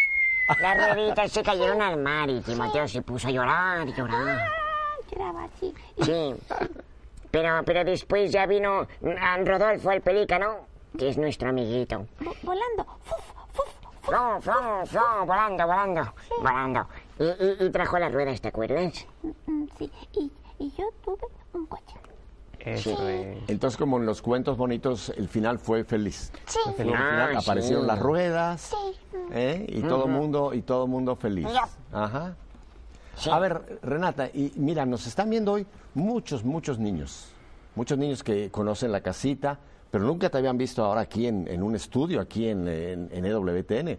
Speaker 3: Las rueditas se cayeron al mar y Timoteo se puso a llorar, llorar.
Speaker 5: ¡Ah! Lloraba así. Y
Speaker 3: Sí. Pero, pero después ya vino mm, Rodolfo el pelícano, que es nuestro amiguito.
Speaker 5: vo- volando. ¡Fuf! ¡Fuf! ¡Fuf!
Speaker 3: Flo, flo, flo, volando, volando, volando. Y, y- y trajo las ruedas, ¿te acuerdas?
Speaker 5: Mm, mm, Sí. Y, y yo tuve un coche.
Speaker 2: Eso es.
Speaker 1: Entonces, como en los cuentos bonitos, el final fue feliz.
Speaker 4: Sí,
Speaker 1: Al final
Speaker 3: Ah,
Speaker 1: aparecieron
Speaker 3: sí.
Speaker 1: las ruedas ¿eh? y todo mundo y todo mundo feliz.
Speaker 3: Ya.
Speaker 1: Ajá.
Speaker 3: Sí.
Speaker 1: A ver, Renata, y mira, nos están viendo hoy muchos, muchos niños. Muchos niños que conocen la casita, pero nunca te habían visto ahora aquí en, en un estudio, aquí en, en- E en EWTN.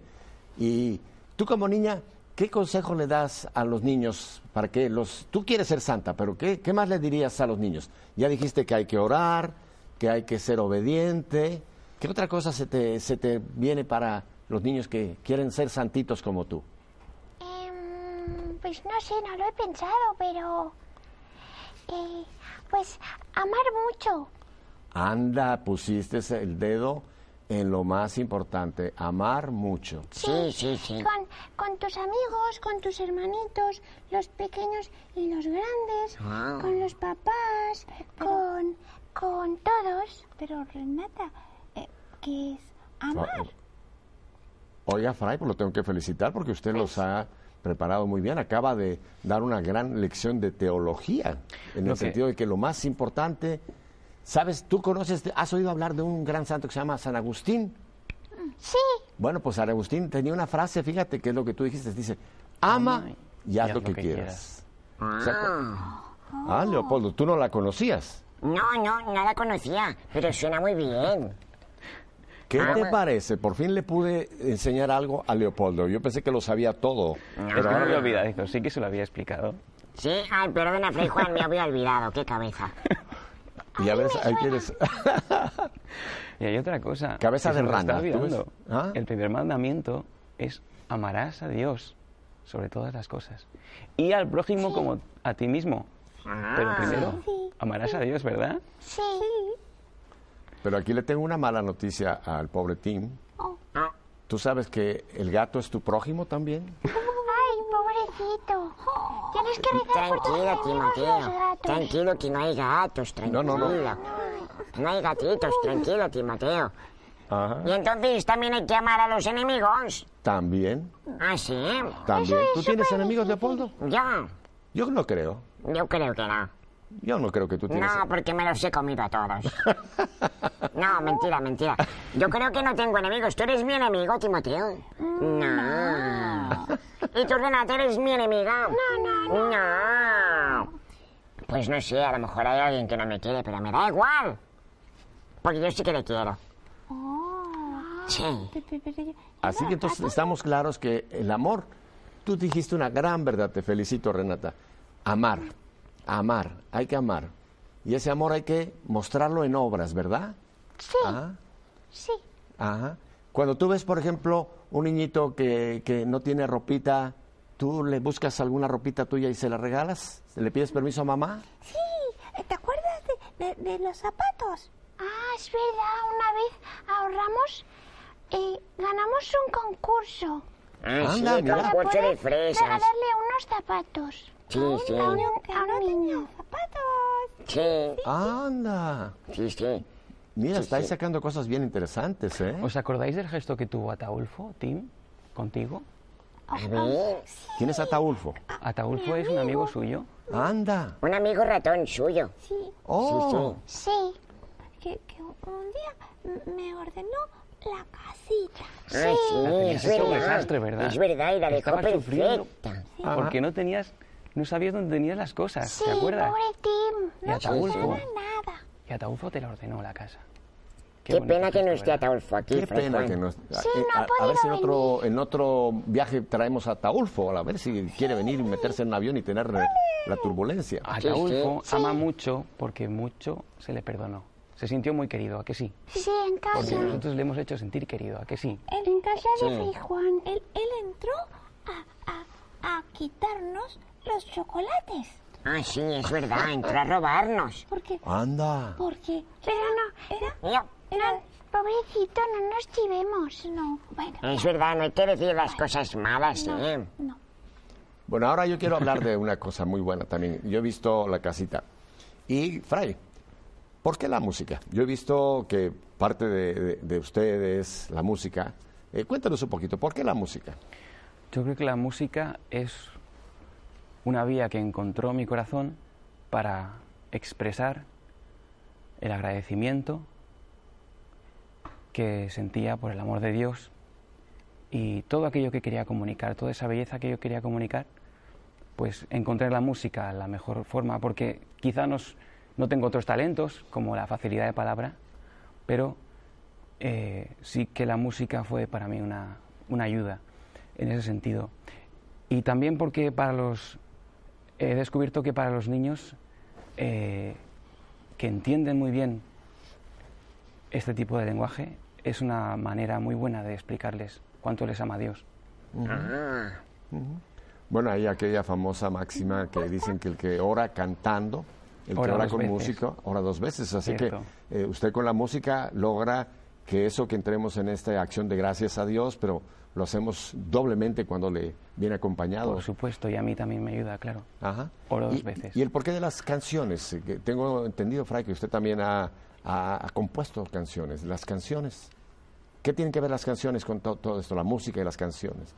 Speaker 1: Y tú como niña, ¿qué consejo le das a los niños para que los... Tú quieres ser santa, pero ¿qué, qué más le dirías a los niños? Ya dijiste que hay que orar, que hay que ser obediente. ¿Qué otra cosa se te, se te viene para los niños que quieren ser santitos como tú?
Speaker 4: Em, pues no sé, no lo he pensado, pero... eh, pues amar mucho.
Speaker 1: Anda, pusiste el dedo en lo más importante, amar mucho.
Speaker 3: Sí, sí, sí.
Speaker 4: Con, con tus amigos, con tus hermanitos, los pequeños y los grandes,
Speaker 3: Ah.
Speaker 4: con los papás, con, con todos.
Speaker 5: Pero Renata, eh, ¿qué es amar?
Speaker 1: Oiga, Fray, pues lo tengo que felicitar porque usted los ha preparado muy bien. Acaba de dar una gran lección de teología, en el
Speaker 2: Lo que-
Speaker 1: sentido de que lo más importante, ¿sabes? Tú conoces, has oído hablar de un gran santo que se llama San Agustín.
Speaker 4: Sí,
Speaker 1: Bueno, pues San Agustín tenía una frase, fíjate que es lo que tú dijiste, dice, ama y haz lo que quieras. O sea, Ah, Leopoldo, tú no la conocías.
Speaker 3: No, no, no la conocía, pero suena muy bien.
Speaker 1: ¿Qué
Speaker 3: Ah,
Speaker 1: te
Speaker 3: bueno.
Speaker 1: parece? Por fin le pude enseñar algo a Leopoldo. Yo pensé que lo sabía todo.
Speaker 2: Es que no lo he olvidado, dijo, sí que se lo había explicado.
Speaker 3: Sí, ay, perdona, Fray Juan, me había olvidado, qué cabeza.
Speaker 1: Y a ver, ahí tienes.
Speaker 2: Y hay otra cosa.
Speaker 1: Cabeza
Speaker 2: que
Speaker 1: de
Speaker 2: se nos está
Speaker 1: rana, ¿tú ves?
Speaker 2: olvidando.
Speaker 1: ¿Ah?
Speaker 2: El primer mandamiento es amarás a Dios sobre todas las cosas. Y al prójimo como a ti mismo. Pero primero, amarás a Dios, ¿verdad?
Speaker 4: sí.
Speaker 1: Pero aquí le tengo una mala noticia al pobre Tim.
Speaker 3: Ah,
Speaker 1: ¿Tú sabes que el gato es tu prójimo también?
Speaker 4: Ay, pobrecito. Tienes que rezar por tus
Speaker 3: tranquilo,
Speaker 4: enemigos los
Speaker 3: Timoteo.
Speaker 4: gatos.
Speaker 3: Tranquilo que no hay gatos, tranquilo.
Speaker 1: No, no, no.
Speaker 3: No hay gatitos, tranquilo, Timoteo.
Speaker 1: Ajá.
Speaker 3: Y entonces también hay que amar a los enemigos.
Speaker 1: También,
Speaker 3: Ah, sí.
Speaker 1: también. ¿Tú tienes enemigos, Leopoldo?
Speaker 3: Yo,
Speaker 1: Yo no creo.
Speaker 3: yo creo que no.
Speaker 1: Yo no creo que tú tienes.
Speaker 3: No, porque me los he comido a todos. No, mentira, mentira. Yo creo que no tengo enemigos. ¿Tú eres mi enemigo, Timoteo? No. ¿Y tú, Renata, eres mi enemiga? No, no, no. Pues no sé, a lo mejor hay alguien que no me quiere, pero me da igual. Porque yo sí que le quiero.
Speaker 5: Oh.
Speaker 3: Sí.
Speaker 5: Pe- pe- pero yo-
Speaker 1: Así
Speaker 5: yo
Speaker 1: que
Speaker 5: a
Speaker 1: entonces
Speaker 5: todos
Speaker 1: estamos claros que el amor, tú dijiste una gran verdad, te felicito Renata, amar. a amar, hay que amar. Y ese amor hay que mostrarlo en obras, ¿verdad?
Speaker 4: Sí,
Speaker 3: Ah.
Speaker 1: Ajá,
Speaker 4: sí.
Speaker 1: ajá. Cuando tú ves, por ejemplo, un niñito que, que no tiene ropita, ¿tú le buscas alguna ropita tuya y se la regalas? ¿Le pides permiso a mamá?
Speaker 5: Sí, ¿te acuerdas de, de- de los zapatos?
Speaker 4: Ah, es verdad, una vez ahorramos, eh, ganamos un concurso
Speaker 3: Ah,
Speaker 1: Anda,
Speaker 3: sí,
Speaker 1: mira.
Speaker 3: con coche de fresas.
Speaker 4: regalarle unos zapatos.
Speaker 3: Sí, sí,
Speaker 4: A un, a un niño.
Speaker 5: Zapatos.
Speaker 3: sí,
Speaker 1: ¡Anda!
Speaker 3: sí, sí.
Speaker 1: Mira, estáis
Speaker 3: sí.
Speaker 1: sacando cosas bien interesantes, ¿eh?
Speaker 2: ¿Os acordáis del gesto que tuvo Ataulfo, Tim, contigo?
Speaker 3: A ver,
Speaker 1: ¿Quién es Ataulfo?
Speaker 2: Ataulfo es un amigo suyo.
Speaker 1: ¡Anda!
Speaker 3: un amigo ratón suyo.
Speaker 5: Sí,
Speaker 1: ¡Oh!
Speaker 3: Sí,
Speaker 4: Sí,
Speaker 5: que, que un día m- me ordenó la casita.
Speaker 3: Ah, sí,
Speaker 2: La tenías
Speaker 3: es
Speaker 2: hecha
Speaker 3: verdad.
Speaker 2: un desastre, ¿verdad?
Speaker 3: Es verdad, y la dejó
Speaker 2: Estabas sufriendo.
Speaker 3: perfecta.
Speaker 2: Porque no tenías, no sabías dónde tenías las cosas,
Speaker 4: sí,
Speaker 2: ¿te acuerdas?
Speaker 4: pobre Tim.
Speaker 2: Y Ataulfo,
Speaker 4: No nada.
Speaker 2: y Ataulfo te la ordenó la casa.
Speaker 3: Qué,
Speaker 2: bonito
Speaker 3: pena que
Speaker 2: gesto,
Speaker 3: no esté
Speaker 2: ¿verdad?
Speaker 3: Ataulfo aquí,
Speaker 1: Qué
Speaker 3: Fray
Speaker 1: pena
Speaker 3: Juan.
Speaker 1: que no. est-
Speaker 4: Sí,
Speaker 1: eh,
Speaker 4: no ha
Speaker 1: a, a ver si en
Speaker 4: podido
Speaker 1: otro, en otro viaje traemos a Taulfo, a ver si quiere venir y meterse en un avión y tener eh, la turbulencia.
Speaker 2: Ataulfo ama mucho porque mucho se le perdonó. Se sintió muy querido, ¿a que sí?
Speaker 3: Ah,
Speaker 4: Sí, en
Speaker 2: Porque
Speaker 4: casa.
Speaker 2: nosotros le hemos hecho sentir querido, ¿a que sí?
Speaker 4: En casa de Fray Juan.
Speaker 5: Él, él entró a, a- a quitarnos los chocolates.
Speaker 3: Ah, sí, es verdad, entró a robarnos.
Speaker 5: Porque,
Speaker 1: Anda.
Speaker 4: pues
Speaker 5: porque
Speaker 4: Pero no,
Speaker 5: era...
Speaker 3: No,
Speaker 5: era
Speaker 4: pobrecito, no nos chivemos.
Speaker 5: no, bueno,
Speaker 3: es verdad, no hay que decir las cosas malas, ¿eh?
Speaker 5: no.
Speaker 1: Bueno, ahora yo quiero hablar de una cosa muy buena también. Yo he visto la casita. Y, Fray, ¿por qué la música? Yo he visto que parte de, de- de ustedes, la música. Eh, cuéntanos un poquito, ¿por qué la música?
Speaker 2: Yo creo que la música es una vía que encontró mi corazón para expresar el agradecimiento que sentía por el amor de Dios y todo aquello que quería comunicar, toda esa belleza que yo quería comunicar, pues encontré en la música la mejor forma, porque quizá nos- no tengo otros talentos como la facilidad de palabra, pero eh, sí que la música fue para mí una, una ayuda en ese sentido. Y también porque para los he descubierto que para los niños eh, que entienden muy bien este tipo de lenguaje es una manera muy buena de explicarles cuánto les ama Dios.
Speaker 3: Ah,
Speaker 1: Bueno, hay aquella famosa máxima que dicen que el que ora cantando, el que
Speaker 2: Ora
Speaker 1: ora
Speaker 2: dos
Speaker 1: con
Speaker 2: veces.
Speaker 1: música, ora dos veces. Así
Speaker 2: Cierto.
Speaker 1: que eh, usted con la música logra que eso que entremos en esta acción de gracias a Dios, pero lo hacemos doblemente cuando le viene acompañado.
Speaker 2: Por supuesto, y a mí también me ayuda, claro.
Speaker 1: Ajá.
Speaker 2: Oro dos
Speaker 1: y,
Speaker 2: veces.
Speaker 1: ¿Y el porqué de las canciones? Eh, que tengo entendido, Fray, que usted también ha, ha- ha compuesto canciones. Las canciones. ¿Qué tienen que ver las canciones con to- todo esto? La música y las canciones.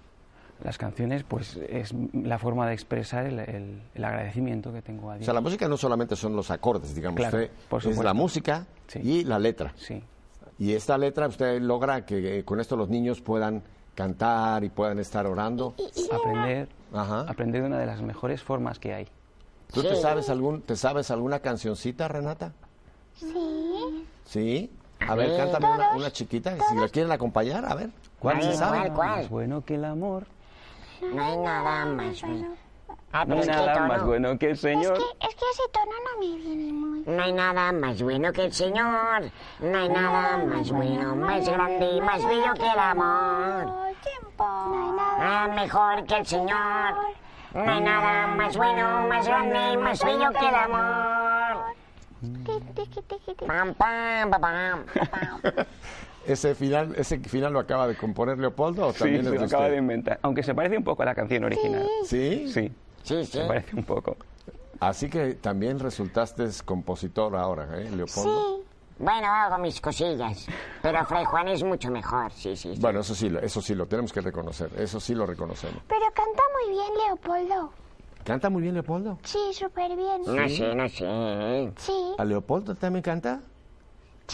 Speaker 2: Las canciones, pues, es la forma de expresar el, el- el agradecimiento que tengo
Speaker 1: O
Speaker 2: a Dios.
Speaker 1: sea, la música no solamente son los acordes, digamos.
Speaker 2: Claro,
Speaker 1: usted
Speaker 2: por
Speaker 1: es la
Speaker 2: supuesto.
Speaker 1: música
Speaker 2: Sí.
Speaker 1: y la letra.
Speaker 2: Sí,
Speaker 1: Y esta letra usted logra que eh, con esto los niños puedan cantar y puedan estar orando.
Speaker 2: aprender,
Speaker 1: Ajá.
Speaker 2: aprender de una de las mejores formas que hay.
Speaker 1: ¿Tú te sabes algún te sabes alguna cancioncita, Renata?
Speaker 4: Sí.
Speaker 1: Sí. A ver, cántame una, una chiquita. Si la quieren acompañar, a ver. ¿Cuál
Speaker 3: A
Speaker 1: se
Speaker 3: ver,
Speaker 1: sabe?
Speaker 3: ¿cuál?
Speaker 2: Más bueno que el amor,
Speaker 3: no hay nada más bueno. Ah,
Speaker 2: no
Speaker 3: pero
Speaker 2: hay
Speaker 3: es que
Speaker 2: nada
Speaker 3: todo,
Speaker 2: más
Speaker 3: ¿no?
Speaker 2: bueno que el
Speaker 4: Es
Speaker 2: Señor.
Speaker 4: que, es que ese tono no me viene muy.
Speaker 3: No hay nada más bueno que el Señor. No hay nada más bueno, más grande y más bello que el amor.
Speaker 5: Todo el tiempo. No hay nada.
Speaker 3: Ah, mejor que el Señor. No hay nada más bueno, más grande y más bello que el amor.
Speaker 4: Tiqui, tiqui, tiqui, tiqui.
Speaker 3: Pam, pam, pam, pam.
Speaker 1: Ese final, ese final lo acaba de componer Leopoldo o
Speaker 2: Sí,
Speaker 1: también
Speaker 2: se
Speaker 1: es
Speaker 2: lo
Speaker 1: de
Speaker 2: acaba de
Speaker 1: usted?
Speaker 2: inventar. Aunque se parece un poco a la canción original.
Speaker 1: Sí.
Speaker 2: Sí,
Speaker 3: Sí, sí.
Speaker 2: se parece un poco.
Speaker 1: Así que también resultaste compositor ahora, ¿eh, Leopoldo?
Speaker 4: Sí,
Speaker 3: Bueno, hago mis cosillas. Pero Fray Juan es mucho mejor, sí, sí. sí.
Speaker 1: Bueno, eso sí, lo- eso sí lo tenemos que reconocer. Eso sí lo reconocemos.
Speaker 4: pero canta muy bien Leopoldo.
Speaker 1: ¿Canta muy bien Leopoldo?
Speaker 4: Sí, súper bien.
Speaker 3: No sé, ¿eh? no sé.
Speaker 4: Sí,
Speaker 1: ¿A Leopoldo también canta?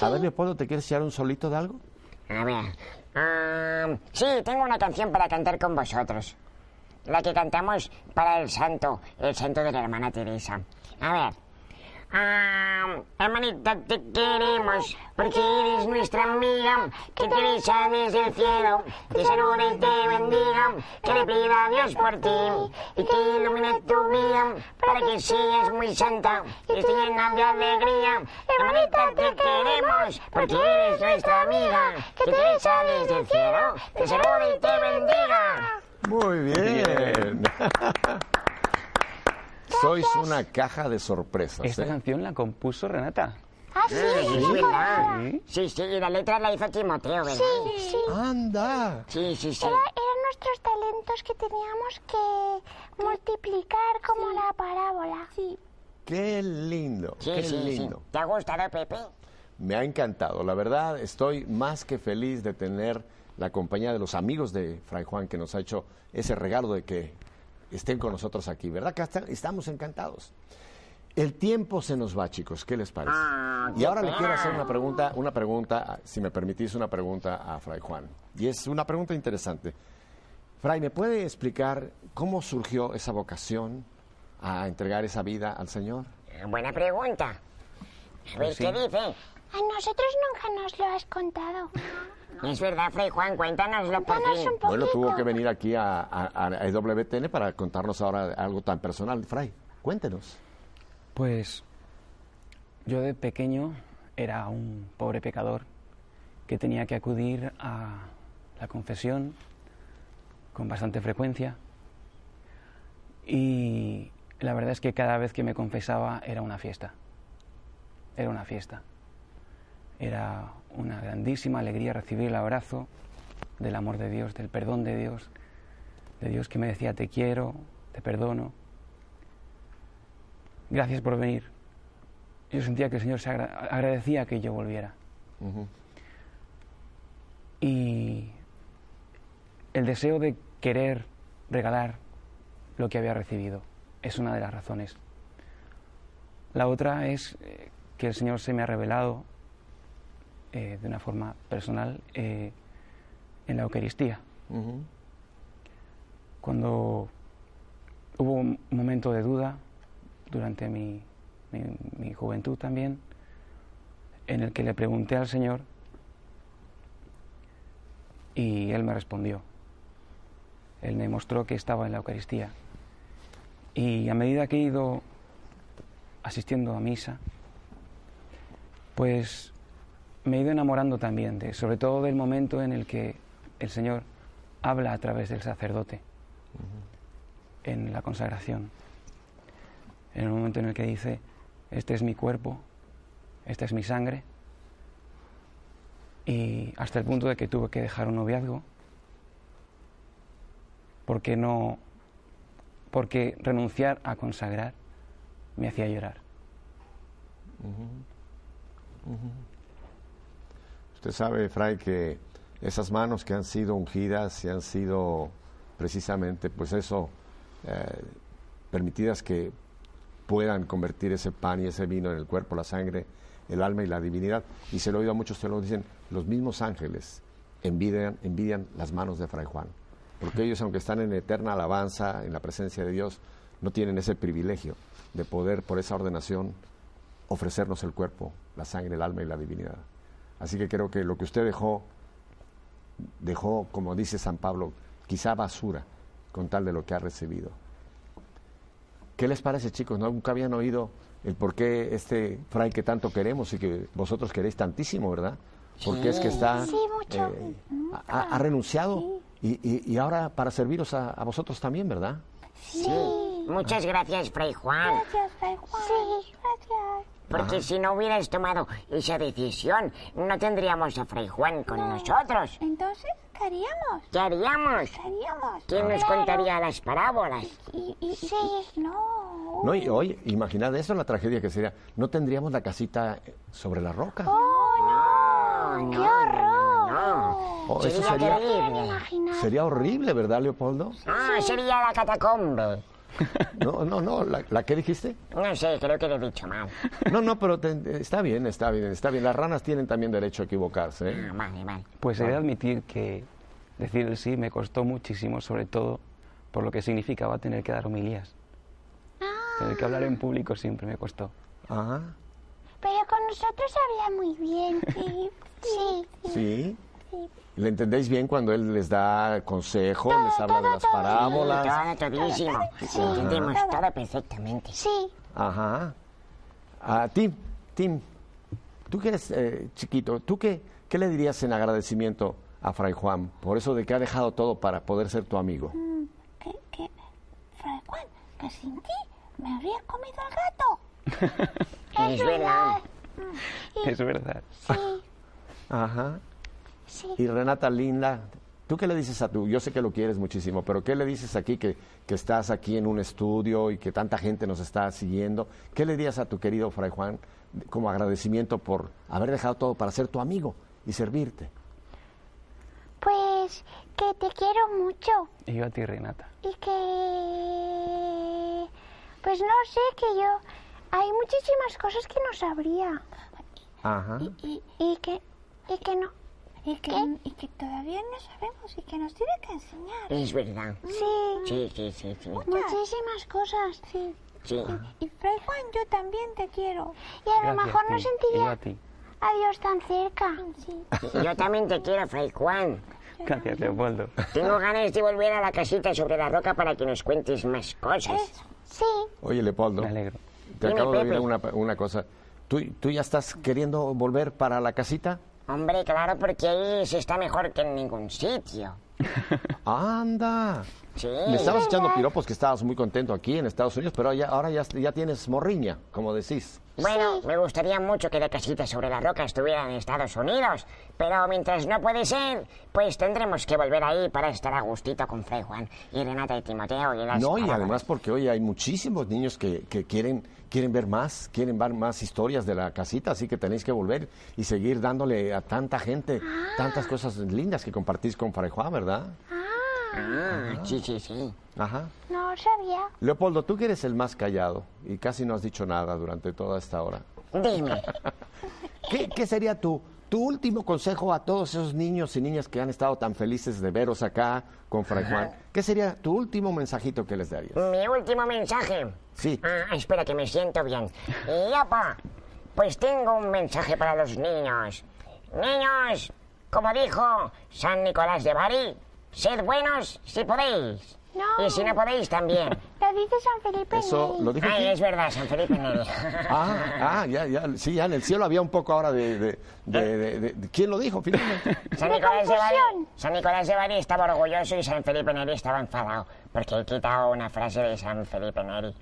Speaker 1: A ver, Leopoldo, ¿te quieres echar un solito de algo?
Speaker 3: A ver. ah, sí, tengo una canción para cantar con vosotros. La que cantamos para el santo, el santo de la hermana Teresa. A ver. Ah, hermanita, te queremos porque eres nuestra amiga que te besa desde el cielo, te saluda y te bendiga, que le pida a Dios por ti y que ilumine tu vida para que seas muy santa y estés llena de alegría. Hermanita, te queremos porque eres nuestra amiga que te besa desde el cielo, te saluda y te bendiga.
Speaker 1: Muy bien. Sois una caja de sorpresas.
Speaker 2: Esta
Speaker 1: ¿eh?
Speaker 2: canción la compuso Renata.
Speaker 4: Ah, sí,
Speaker 3: Sí,
Speaker 4: sí,
Speaker 3: sí, ¿verdad?
Speaker 2: Sí.
Speaker 3: Sí, sí, y la letra la hizo Timoteo, ¿verdad?
Speaker 4: sí, sí.
Speaker 1: Anda.
Speaker 3: Sí, sí, sí.
Speaker 4: Era- eran nuestros talentos que teníamos que multiplicar como la parábola. Sí.
Speaker 1: Qué lindo.
Speaker 3: Sí,
Speaker 1: qué
Speaker 3: sí, sí.
Speaker 1: lindo.
Speaker 3: ¿Te ha gustado, Pepe?
Speaker 1: Me ha encantado. La verdad, estoy más que feliz de tener la compañía de los amigos de Fray Juan que nos ha hecho ese regalo de que estén con nosotros aquí, ¿verdad? Que hasta- estamos encantados. El tiempo se nos va, chicos. ¿Qué les parece?
Speaker 3: Ah,
Speaker 1: y ahora
Speaker 3: qué
Speaker 1: le quiero hacer
Speaker 3: pena.
Speaker 1: una pregunta, una pregunta, si me permitís, una pregunta a Fray Juan. Y es una pregunta interesante. Fray, ¿me puede explicar cómo surgió esa vocación a entregar esa vida al Señor?
Speaker 3: Eh, Buena pregunta. A
Speaker 1: Pues
Speaker 3: ver qué dice.
Speaker 4: A nosotros nunca nos lo has contado.
Speaker 3: Es verdad, Fray Juan, cuéntanoslo por
Speaker 4: Cuéntanos
Speaker 3: fin.
Speaker 4: un poco.
Speaker 1: Bueno, tuvo
Speaker 4: Poquito.
Speaker 1: que venir aquí a, a- a EWTN para contarnos ahora algo tan personal. Fray, cuéntenos.
Speaker 2: Pues yo de pequeño era un pobre pecador que tenía que acudir a la confesión con bastante frecuencia y la verdad es que cada vez que me confesaba era una fiesta, era una fiesta, era una grandísima alegría recibir el abrazo del amor de Dios, del perdón de Dios, de Dios que me decía te quiero, te perdono, gracias por venir. Yo sentía que el Señor se agra- agradecía que yo volviera. Y el deseo de querer regalar lo que había recibido es una de las razones. La otra es eh, que el Señor se me ha revelado eh, de una forma personal eh, en la Eucaristía. Cuando hubo un momento de duda durante mi, mi- mi juventud también, en el que le pregunté al Señor y Él me respondió. Él me mostró que estaba en la Eucaristía. Y a medida que he ido asistiendo a misa, pues me he ido enamorando también, de, sobre todo del momento en el que el Señor habla a través del sacerdote en la consagración. En el momento en el que dice, este es mi cuerpo, esta es mi sangre. Y hasta el punto de que tuve que dejar un noviazgo porque no porque renunciar a consagrar me hacía llorar.
Speaker 1: Usted sabe, Fray, que esas manos que han sido ungidas y han sido precisamente, pues eso, eh, permitidas que puedan convertir ese pan y ese vino en el cuerpo, la sangre, el alma y la divinidad. Y se lo he oído a muchos teólogos, dicen, los mismos ángeles envidian, envidian las manos de Fray Juan, porque ellos, aunque están en eterna alabanza, en la presencia de Dios, no tienen ese privilegio de poder, por esa ordenación, ofrecernos el cuerpo, la sangre, el alma y la divinidad. Así que creo que lo que usted dejó, dejó, como dice San Pablo, quizá basura, con tal de lo que ha recibido. ¿Qué les parece, chicos? ¿No? Nunca habían oído el por qué este fray que tanto queremos y que vosotros queréis tantísimo, ¿verdad? Porque es que está.
Speaker 4: Sí, mucho.
Speaker 1: ha- ha, ha renunciado y, y- y ahora para serviros a, a vosotros también, ¿verdad?
Speaker 3: Muchas gracias, Fray Juan,
Speaker 5: Gracias, Fray Juan.
Speaker 4: Sí.
Speaker 5: Gracias.
Speaker 3: porque si no hubieras tomado esa decisión, no tendríamos a Fray Juan con nosotros.
Speaker 5: Entonces, ¿qué haríamos?
Speaker 3: ¿Qué haríamos?
Speaker 5: ¿Qué haríamos?
Speaker 3: ¿Quién nos contaría las parábolas?
Speaker 5: Y, y, sí. No.
Speaker 1: No, y hoy, imaginad eso, la tragedia que sería. No tendríamos la casita eh, sobre la roca.
Speaker 4: Oh.
Speaker 3: ¡Oh, no! ¡Qué horror! No,
Speaker 1: Oh, eso sería-
Speaker 3: sería, terrible.
Speaker 1: Sería horrible, ¿verdad, Leopoldo?
Speaker 3: Ah, sería la catacombe.
Speaker 1: No, no, no, la, la que dijiste.
Speaker 3: No sé, creo que lo he dicho mal.
Speaker 1: No, no, pero te- está bien, está bien, está bien. Las ranas tienen también derecho a equivocarse. ¿eh?
Speaker 3: Ah, vale, vale.
Speaker 2: Pues he de admitir que decir el sí me costó muchísimo, sobre todo por lo que significaba tener que dar homilías. Tener que hablar en público siempre me costó.
Speaker 1: Ajá.
Speaker 4: Pero con nosotros habla muy bien. Sí, sí.
Speaker 1: Sí. ¿Le entendéis bien cuando él les da consejos, les habla de las parábolas?
Speaker 3: Todo, todísimo. Entendemos todo perfectamente.
Speaker 4: sí.
Speaker 1: Ajá. Ah, Tim, Tim, tú que eres eh, chiquito, ¿tú qué, qué le dirías en agradecimiento a Fray Juan por eso de que ha dejado todo para poder ser tu amigo?
Speaker 5: Que, que, Fray Juan, que sin ti me habría comido el gato.
Speaker 3: Es verdad.
Speaker 2: Es verdad.
Speaker 1: Ajá.
Speaker 4: Sí.
Speaker 1: Y Renata Linda, ¿tú qué le dices a tú? Yo sé que lo quieres muchísimo, pero ¿qué le dices aquí que, que estás aquí en un estudio y que tanta gente nos está siguiendo? ¿Qué le dirías a tu querido Fray Juan como agradecimiento por haber dejado todo para ser tu amigo y servirte?
Speaker 4: Pues que te quiero mucho
Speaker 2: Y yo a ti, Renata.
Speaker 4: y que... Pues no sé, que yo... Hay muchísimas cosas que no sabría.
Speaker 1: Ajá.
Speaker 5: Y,
Speaker 4: Y que... Y que no...
Speaker 5: y, que, y que todavía no sabemos y que nos tiene que enseñar.
Speaker 3: Es verdad.
Speaker 4: Sí.
Speaker 3: Sí, sí, sí, sí.
Speaker 4: Muchísimas cosas. Sí.
Speaker 3: sí.
Speaker 5: Y Fray Juan, yo también te quiero.
Speaker 4: Y a lo
Speaker 2: Gracias,
Speaker 4: mejor
Speaker 2: Tim. Y
Speaker 4: no
Speaker 2: yo a
Speaker 4: sentiría
Speaker 2: ti.
Speaker 4: a Dios tan cerca. Sí.
Speaker 3: Yo también te quiero, Fray Juan.
Speaker 2: Gracias, Leopoldo.
Speaker 3: Tengo ganas de volver a la casita sobre la roca para que nos cuentes más
Speaker 1: ¿Eh?
Speaker 3: cosas.
Speaker 4: Sí.
Speaker 1: Oye, Leopoldo,
Speaker 2: Me alegro.
Speaker 1: te
Speaker 3: Dime,
Speaker 1: acabo de
Speaker 3: Pepe.
Speaker 1: oír una, una cosa. ¿Tú, ¿Tú ya estás queriendo volver para la casita?
Speaker 3: Hombre, claro, porque ahí se está mejor que en ningún sitio.
Speaker 1: ¡Anda!
Speaker 3: Sí.
Speaker 1: Me estabas echando piropos que estabas muy contento aquí en Estados Unidos, pero ya, ahora ya, ya tienes morriña, como decís.
Speaker 3: Bueno, me gustaría mucho que la casita sobre la roca estuviera en Estados Unidos, pero mientras no puede ser, pues tendremos que volver ahí para estar a gustito con Fray Juan y Renata y Timoteo y las
Speaker 1: No, y
Speaker 3: parábolas.
Speaker 1: además porque hoy hay muchísimos niños que, que quieren, quieren ver más, quieren ver más historias de la casita, así que tenéis que volver y seguir dándole a tanta gente tantas cosas lindas que compartís con Fray Juan, ¿verdad?
Speaker 3: Ah, sí, sí, sí.
Speaker 1: Ajá.
Speaker 4: No sabía.
Speaker 1: Leopoldo, tú que eres el más callado y casi no has dicho nada durante toda esta hora.
Speaker 3: Dime,
Speaker 1: ¿Qué, qué sería tu, tu último consejo a todos esos niños y niñas que han estado tan felices de veros acá con Fray Juan? ¿Qué sería tu último mensajito que les darías?
Speaker 3: mi último mensaje.
Speaker 1: Sí.
Speaker 3: Ah, espera que me siento bien. Y yapa, pues tengo un mensaje para los niños. Niños, como dijo San Nicolás de Bari, sed buenos si podéis.
Speaker 4: No.
Speaker 3: Y si no podéis también.
Speaker 4: Lo dice San Felipe
Speaker 1: Eso
Speaker 4: Neri.
Speaker 1: lo dije.
Speaker 3: Ay,
Speaker 1: aquí.
Speaker 3: es verdad, San Felipe Neri.
Speaker 1: Ah, ah, ya, ya, sí, ya en el cielo había un poco ahora de... de-
Speaker 3: Ah.
Speaker 1: de- de- de- de- ¿Quién lo dijo finalmente?
Speaker 3: San
Speaker 4: De
Speaker 3: Nicolás de Bari,
Speaker 4: confusión.
Speaker 3: San Nicolás de Bari estaba orgulloso y San Felipe Neri estaba enfadado porque he quitado una frase de San Felipe Neri.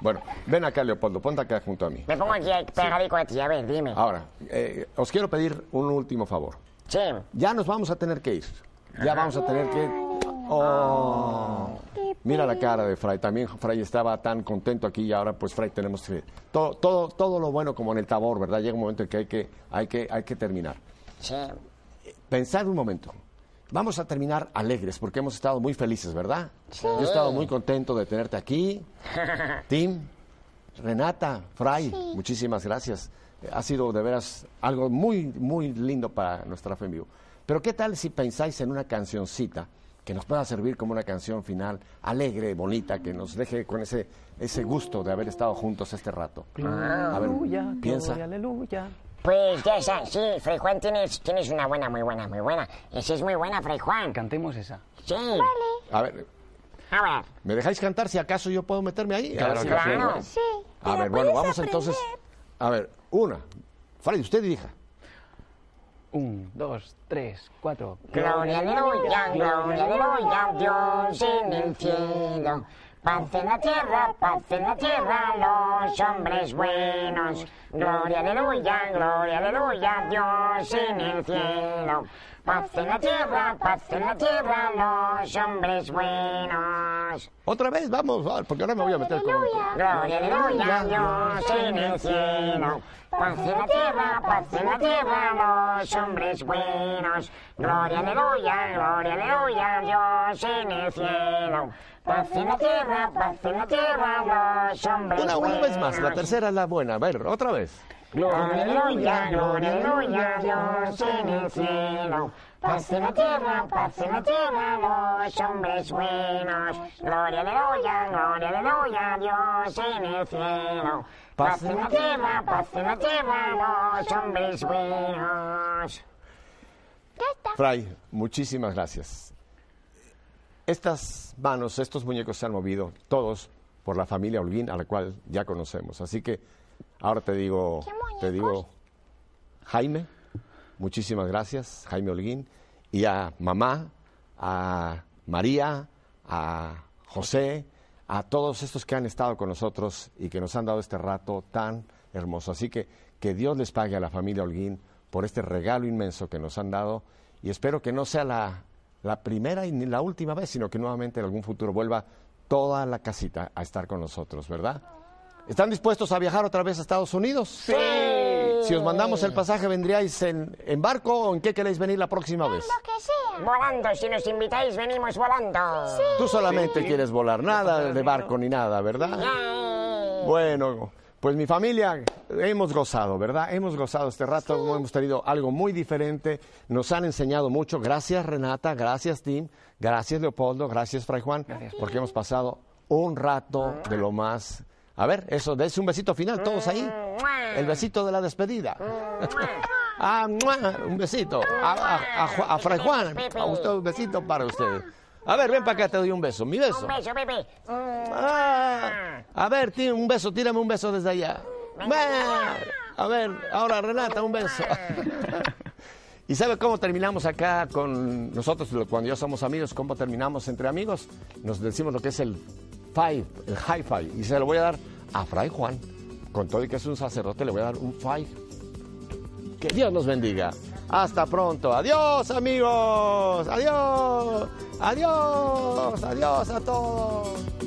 Speaker 1: Bueno, ven acá, Leopoldo, ponte acá junto a mí.
Speaker 3: Me pongo aquí pegadico a ti, a ver, dime.
Speaker 1: Ahora, eh, os quiero pedir un último favor.
Speaker 3: Sí,
Speaker 1: Ya nos vamos a tener que ir. Ya vamos a tener que... Oh. Mira la cara de Fray. También Fray estaba tan contento aquí y ahora pues Fray tenemos que... Todo, todo, todo lo bueno como en el tabor, ¿verdad? Llega un momento en que hay que, hay que, hay que terminar.
Speaker 3: sí.
Speaker 1: Pensad un momento. Vamos a terminar alegres porque hemos estado muy felices, ¿verdad? Yo he estado muy contento de tenerte aquí. Tim, Renata, Fray, muchísimas gracias. Ha sido de veras algo muy, muy lindo para nuestra fe en vivo. Pero ¿qué tal si pensáis en una cancioncita que nos pueda servir como una canción final alegre, bonita, que nos deje con ese, ese gusto de haber estado juntos este rato? A ver,
Speaker 2: Aleluya,
Speaker 1: piensa.
Speaker 2: gloria, aleluya.
Speaker 3: Pues ya está, sí, Fray Juan, tienes, tienes una buena, muy buena, muy buena. Esa es muy buena, Fray Juan.
Speaker 2: Cantemos esa.
Speaker 3: Sí.
Speaker 1: A ver,
Speaker 3: A ver,
Speaker 1: ¿me dejáis cantar si acaso yo puedo meterme ahí? A ver
Speaker 2: Claro
Speaker 1: si-
Speaker 2: que sí.
Speaker 3: claro.
Speaker 4: Sí.
Speaker 1: A ver, bueno, vamos entonces. A ver, una. Fray, usted dirija.
Speaker 2: Un, dos, tres, cuatro.
Speaker 3: Gloria, aleluya, gloria, aleluya, Dios en el cielo. Paz en la tierra, paz en la tierra, los hombres buenos. Gloria, aleluya, gloria, aleluya, Dios en el cielo. Paz en la tierra, paz en la tierra, los hombres buenos.
Speaker 1: Otra vez, vamos, va, porque ahora me voy a meter con.
Speaker 3: Gloria, aleluya, Dios en el cielo. Paz en la tierra, paz en la tierra, los hombres buenos. Gloria, aleluya, gloria, aleluya, Dios en el cielo. Paz en la tierra, paz en la tierra, los hombres
Speaker 1: Una,
Speaker 3: buenos.
Speaker 1: una vez más, la tercera es la buena. A ver, otra vez.
Speaker 3: Gloria, aleluya, gloria, aleluya, Dios en el cielo. Paz en la tierra, paz en la tierra, los hombres buenos. Gloria, aleluya, gloria, aleluya, Dios en el cielo. Paz en la tierra, paz en la tierra, los hombres buenos.
Speaker 4: Ya está.
Speaker 1: Fray, muchísimas gracias. Estas manos, estos muñecos se han movido todos por la familia Holguín, a la cual ya conocemos. Así que ahora te digo,
Speaker 4: ¿Qué
Speaker 1: te
Speaker 4: muñecos?
Speaker 1: digo, Jaime, muchísimas gracias, Jaime Holguín, y a mamá, a María, a José, a todos estos que han estado con nosotros y que nos han dado este rato tan hermoso. Así que que Dios les pague a la familia Holguín por este regalo inmenso que nos han dado y espero que no sea la, la primera y ni la última vez, sino que nuevamente en algún futuro vuelva toda la casita a estar con nosotros, ¿verdad? ¿Están dispuestos a viajar otra vez a Estados Unidos? Sí. Si os mandamos el pasaje, ¿vendríais en, en barco o en qué queréis venir la próxima vez?
Speaker 4: Lo que sea.
Speaker 3: Volando, si nos invitáis, venimos volando.
Speaker 1: Tú solamente quieres volar, nada de barco ni nada, ¿verdad? Bueno, pues mi familia, hemos gozado, ¿verdad? Hemos gozado este rato, hemos tenido algo muy diferente, nos han enseñado mucho. Gracias Renata, gracias Tim, gracias Leopoldo, gracias Fray Juan, porque hemos pasado un rato de lo más... A ver, eso, dense un besito final, todos ahí. El besito de la despedida. Ah, ¡mua! un besito. A, a- a Ju- a Fray Juan, a usted un besito para usted. A ver, ven para acá, te doy un beso, mi beso.
Speaker 3: Un beso, bebé.
Speaker 1: Ah, a ver, tí- un beso, tírame un beso desde allá. Bah, A ver, ahora Renata, un beso. ¿Y sabe cómo terminamos acá con nosotros lo- cuando ya somos amigos? ¿Cómo terminamos entre amigos? Nos decimos lo que es el five, el high five. Y se lo voy a dar a Fray Juan. Con todo y que es un sacerdote, le voy a dar un five. Que Dios los bendiga. Hasta pronto. Adiós, amigos. Adiós. Adiós. Adiós a todos.